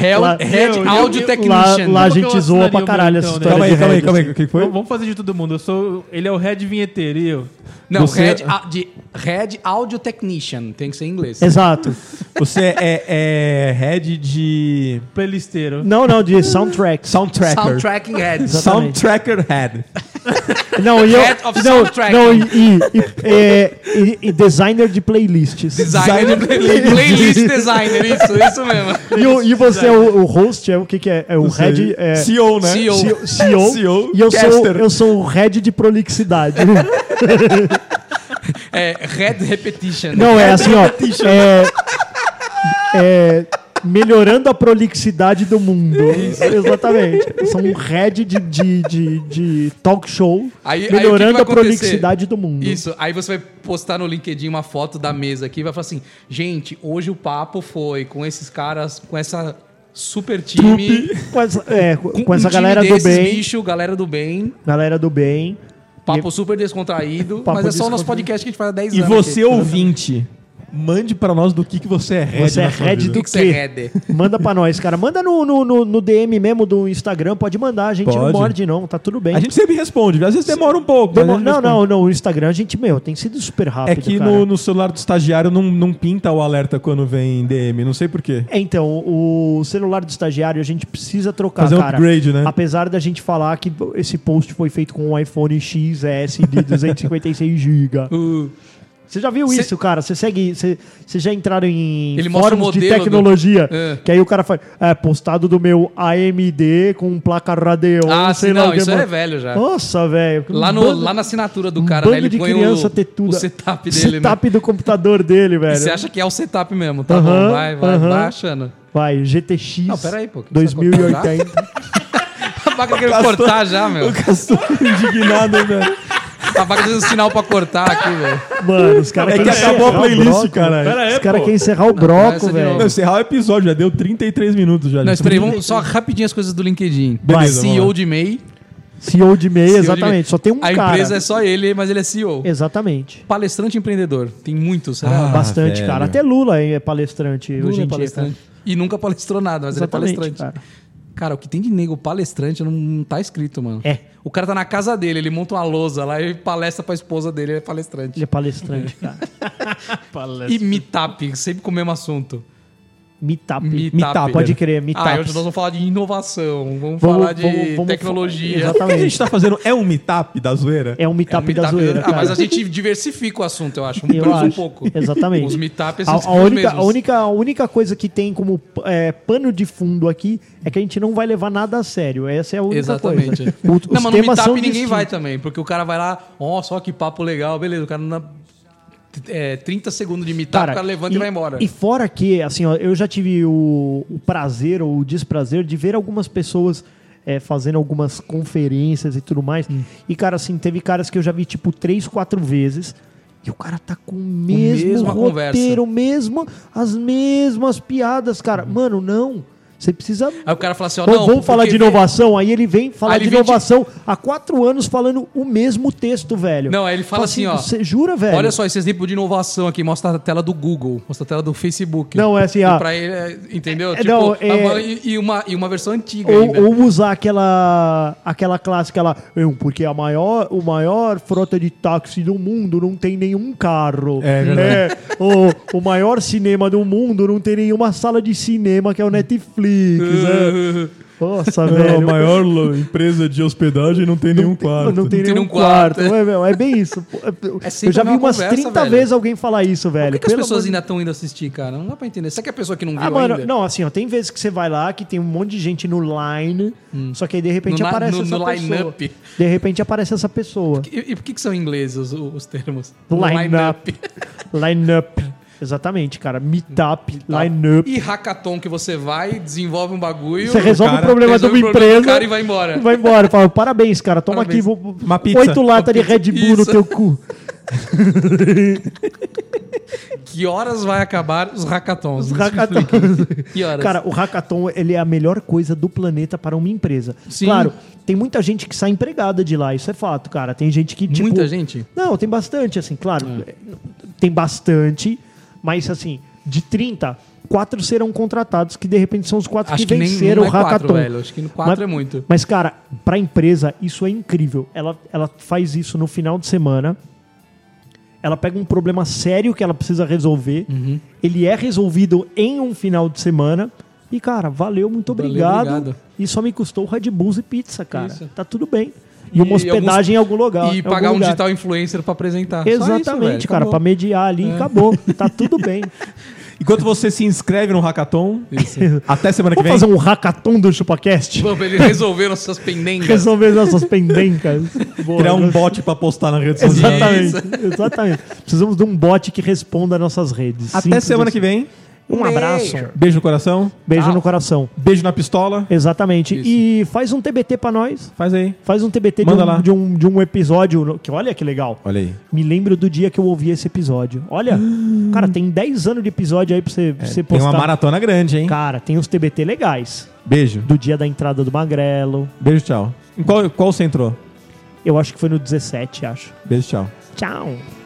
S2: Hel-
S3: Lá-
S2: É head Audio
S3: Lá,
S2: Technician.
S3: lá a
S4: Como que eu
S3: gente zoa
S4: assinaria o
S3: pra
S4: meu,
S3: caralho
S4: então,
S3: essa
S4: né?
S3: história.
S1: calma aí,
S3: de
S1: calma aí,
S3: head,
S1: calma aí.
S3: assim.
S1: O que que foi?
S4: Vamos fazer de todo mundo. Eu sou, ele é o head vinheteiro e eu.
S2: Não,
S1: Você-
S2: head, a- de, head Audio Technician. Tem que ser em inglês.
S3: Exato.
S1: Você é, é head de
S4: Playlisteiro.
S3: Não, não, de soundtrack.
S1: soundtracker.
S2: Soundtracking Head.
S3: Exatamente.
S1: Soundtracker head.
S3: Não, e eu.
S2: Head of
S3: não,
S2: soundtrack.
S3: não, e, e, e- é, e- e designer de playlists.
S2: Designer. Playlist Designer. Isso, isso mesmo.
S3: E, o- e você é o, o host, é o que, que é? É o head. É,
S1: CEO, né?
S2: CEO.
S3: CEO, CEO,
S1: CEO,
S3: e eu sou,
S1: caster.
S3: eu sou o head de prolixidade.
S2: É Head Repetition.
S3: Não, é assim, ó. É, é, melhorando a prolixidade do mundo. Exatamente. Eu sou um head de, de, de, de talk show
S2: Aí- aí o que
S3: melhorando
S2: que vai
S3: a prolixidade do mundo.
S2: Isso, aí você vai postar no LinkedIn uma foto da mesa aqui e vai falar assim: gente, hoje o papo foi com esses caras, com essa super time.
S3: Com essa, é, com com
S2: um
S3: essa
S2: time
S3: galera do
S2: desses,
S3: bem.
S2: bicho, galera do bem.
S3: Galera do bem.
S2: Papo super descontraído.
S3: Papo
S2: mas é só o nosso
S3: descontraído.
S2: podcast que a gente faz há 10
S1: E
S2: anos.
S1: você,
S2: aqui.
S1: ouvinte, mande pra nós do que, que você é head.
S3: Você é
S1: na sua
S3: head
S1: vida.
S2: O
S3: do
S2: que, que você
S3: quê?
S2: é head?
S3: Manda pra nós, cara. Manda no, no, no- no DM mesmo do Instagram. Pode mandar. A gente não
S1: Pode.
S3: morde, não. Tá tudo bem.
S1: A gente sempre responde. Às vezes demora um pouco. mas a
S3: Demo-
S1: gente
S3: Não,
S1: responde.
S3: não, não. O Instagram, a gente, meu, tem sido super
S1: É
S3: rápido.
S1: que
S3: cara.
S1: no, no celular do estagiário não, não pinta o alerta quando vem DM. Não sei porquê.
S3: É, então, o celular do estagiário a gente precisa trocar,
S1: Fazer um
S3: cara.
S1: upgrade, né?
S3: Apesar da gente falar que esse post foi feito com um iPhone XS de 256 GB.
S2: Uh,
S3: Você já viu
S2: Cê-
S3: isso, cara? Você segue. Vocês já entraram em
S2: Ele mostra o
S3: fóruns de
S2: modelo do-
S3: tecnologia?
S2: É.
S3: Que aí o cara fala, é, postado do meu AMD com placa Radeon.
S2: ah,
S3: sei
S2: sim,
S3: lá o
S2: não,
S3: que
S2: isso
S3: mais.
S2: é velho já.
S3: Nossa, velho.
S2: Lá,
S3: Um
S2: no,
S3: bando-
S2: lá na assinatura do
S3: um
S2: cara, né?
S3: bando
S2: Ele
S3: de
S2: põe
S3: criança
S2: o,
S3: ter tudo.
S2: o setup dele, né?
S3: setup do computador dele, velho.
S2: E você acha que é o setup mesmo, tá
S3: Aham,
S2: bom? Vai, vai,
S3: ahã.
S2: vai achando.
S3: Vai, GTX.
S2: Não, peraí, pô, que você vai
S3: 2080.
S2: A vaca querendo cortar já, Ah, meu.
S1: é indignado, né? velho.
S2: A vaca Tá fazendo sinal pra cortar aqui, velho.
S3: Mano, os caras
S1: É que
S3: querem
S1: acabou a
S3: encerrar o
S1: playlist,
S3: bloco.
S1: cara.
S4: Pera aí,
S3: Os caras
S4: pô.
S3: querem encerrar o
S2: essa é
S3: broco,
S2: de
S3: velho.
S1: Não, encerrar o episódio. Já deu 33 minutos já.
S2: Não,
S1: gente.
S2: espera aí, vamos só rapidinho as coisas do LinkedIn. é
S1: Beleza, vamos
S2: CEO
S1: lá.
S2: de MEI. CEO
S3: CEO de MEI,
S2: de MEI.
S3: exatamente. Só tem um
S2: A
S3: cara.
S2: empresa é só ele, mas ele é CEO.
S3: Exatamente.
S2: Palestrante empreendedor. Tem muitos, né?
S1: Ah,
S3: Bastante,
S1: velho.
S3: cara. Até Lula hein, é palestrante
S2: Lula
S3: hoje
S2: é
S3: em dia.
S2: palestrante.
S3: Cara.
S2: E nunca palestrou nada, mas
S3: Exatamente,
S2: ele é palestrante.
S3: cara.
S2: Cara. o que tem de nego palestrante não, não tá escrito, mano.
S3: É.
S2: O cara tá na casa dele, ele monta uma lousa lá e palestra pra esposa dele, ele é palestrante.
S3: Ele é palestrante, cara.
S2: E meetup, sempre com o mesmo assunto.
S3: Meetup.
S2: Meetup.
S3: Pode crer, meetup.
S2: Ah, hoje nós vamos falar de inovação, vamos,
S3: Vamos-
S2: falar de
S3: vamos- vamos
S2: tecnologia.
S3: falar-
S1: O que a gente tá fazendo é um meetup da zoeira?
S3: É um
S2: É um
S3: meetup
S2: meetup
S3: da zoeira,
S2: ah,
S3: cara.
S2: mas a gente diversifica o assunto, eu acho. Um,
S3: Eu
S2: pelo menos um
S3: acho.
S2: pouco.
S3: Exatamente.
S2: Os meetups
S3: A,
S2: são
S3: a,
S2: os
S3: única,
S2: mesmos.
S3: a, única, a única coisa que tem como é, pano de fundo aqui é que a gente não vai levar nada a sério. Essa é a única
S2: Exatamente.
S3: coisa. O- os
S2: não, mas no
S3: temas
S2: meetup
S3: são
S2: ninguém
S3: distintos.
S2: vai também, porque o cara vai lá, ó, só que papo legal, beleza. O cara na é, 30 segundos de meetup, o cara levanta e, vai embora.
S3: E fora que, assim, ó, eu já tive o, o prazer ou o desprazer de ver algumas pessoas é, fazendo algumas conferências e tudo mais. E, cara, assim, teve caras que eu já vi, tipo, três, quatro vezes. E o cara tá com o mesmo
S2: mesma
S3: roteiro, mesmo, as mesmas piadas, cara. Mano, não. Você precisa.
S2: Aí o cara fala assim, ó,
S3: Bom,
S2: não,
S3: vamos falar
S2: porque
S3: de
S2: vem-
S3: inovação. Aí ele vem falar
S2: Aí ele
S3: de
S2: vem de-
S3: inovação há quatro anos falando o mesmo texto, velho.
S2: Não, aí ele fala assim, ó.
S3: Você jura, velho?
S2: Olha só esse exemplo de inovação aqui, mostra a tela do Google, mostra a tela do Facebook.
S3: Não, é assim,
S2: E
S3: ah,
S2: pra ele, é, entendeu?
S3: é, não, é-
S2: e, e uma, e uma versão antiga
S3: Ou,
S2: ainda.
S3: ou usar aquela, aquela clássica lá, "Eu, porque a maior, o maior frota de táxi do mundo não tem nenhum carro.
S1: É verdade.
S3: É, o, o maior cinema do mundo não tem nenhuma sala de cinema que é o Netflix. né? Nossa, velho.
S1: É lo- empresa de hospedagem não tem nenhum quarto.
S3: Não tem
S2: Não tem
S3: nenhum
S2: um quarto.
S3: quarto. É, meu, é bem isso. Pô, eu-
S2: É sempre
S3: eu já
S2: a
S3: vi
S2: mesma
S3: umas
S2: conversa,
S3: 30
S2: velho.
S3: vezes alguém falar isso,
S2: Por
S3: velho.
S2: que, que as
S3: Pelo
S2: pessoas
S3: amor de
S2: ainda estão indo assistir, cara? Não dá pra entender. Será que a pessoa que não viu
S3: Ah, mano,
S2: ainda?
S3: não, assim, ó, tem vezes que você vai lá que tem um monte de gente no line, só que aí de repente
S2: Hum. No na-
S3: aparece
S2: no-
S3: essa
S2: no
S3: pessoa.
S2: line-up.
S3: De repente aparece essa pessoa.
S2: E, e por que, que são em inglês os, os termos?
S3: Line-up. Line-up. Exatamente, cara. Meetup, line-up.
S2: E hackathon que você vai, desenvolve um bagulho.
S3: Você resolve o
S1: cara
S3: problema de
S2: resolve
S3: uma
S2: o problema do
S3: empresa.
S2: cara e vai embora.
S3: Vai embora. Fala, parabéns, cara. Toma
S2: Parabéns.
S3: aqui vou-
S1: Uma pizza.
S3: oito latas de
S2: Uma
S3: Red
S2: pizza.
S3: Bull no
S2: Isso.
S3: teu cu.
S2: Que horas vai acabar os hackathons?
S3: Os
S2: Me
S3: hackathons.
S2: explique. Que horas?
S3: Cara, o hackathon ele é a melhor coisa do planeta para uma empresa.
S2: Sim.
S3: Claro, tem muita gente que sai empregada de lá, isso é fato, cara. Tem gente que tipo,
S2: Muita gente?
S3: Não, tem bastante, assim, claro.
S2: É.
S3: Tem bastante, mas assim, de 30, quatro serão contratados que de repente são os quatro
S2: Acho
S3: que
S2: que nem-
S3: venceram
S2: não é
S3: o hackathon.
S2: quatro, velho. Acho que no quatro
S3: mas,
S2: é muito.
S3: Mas cara, para empresa isso é incrível. Ela ela faz isso no final de semana. Ela pega um problema sério que ela precisa resolver.
S2: Uhum.
S3: Ele é resolvido em um final de semana. E, cara, valeu, muito
S2: Valeu,
S3: obrigado.
S2: obrigado.
S3: E só me custou Red Bulls e pizza, cara.
S2: Isso.
S3: Tá tudo bem. E, uma hospedagem em algum lugar.
S2: E
S3: em algum
S2: pagar um
S3: é lugar.
S2: digital influencer pra
S1: É
S2: apresentar. Só isso,
S3: Exatamente,
S2: velho.
S3: cara,
S2: Acabou.
S3: pra mediar ali e acabou. Tá tudo bem.
S1: Enquanto você se inscreve no hackathon, até semana que
S3: Vamos
S1: vem.
S3: fazer um hackathon do ChupaCast?
S2: Vamos, eles resolveram as suas pendências.
S3: Resolver nossas pendencas. Boa,
S1: Criar um
S3: gostei.
S1: bot pra postar na rede social.
S3: Exatamente, exatamente. Precisamos de um bot que responda às nossas redes.
S1: Até
S3: Simples
S1: semana
S3: assim.
S1: que vem.
S3: Um abraço.
S1: Beijo no coração.
S3: Beijo no coração.
S1: Beijo na pistola.
S3: Exatamente. E faz um TBT pra nós.
S1: Faz aí.
S3: Faz um TBT de
S1: Manda
S3: um,
S1: lá.
S3: de, um, de um episódio. no- Que olha que legal.
S1: Olha aí.
S3: Me lembro do dia que eu ouvi esse episódio. Olha, cara, tem 10 anos de episódio aí pra você, pra você
S1: É, Tem
S3: postar.
S1: uma maratona grande, hein?
S3: Cara, tem uns TBT legais.
S1: Beijo.
S3: Do dia da entrada do Magrelo.
S1: Beijo, tchau. Em qual, qual você entrou?
S3: Eu acho que foi no 17, acho.
S1: Beijo, tchau.
S3: Tchau.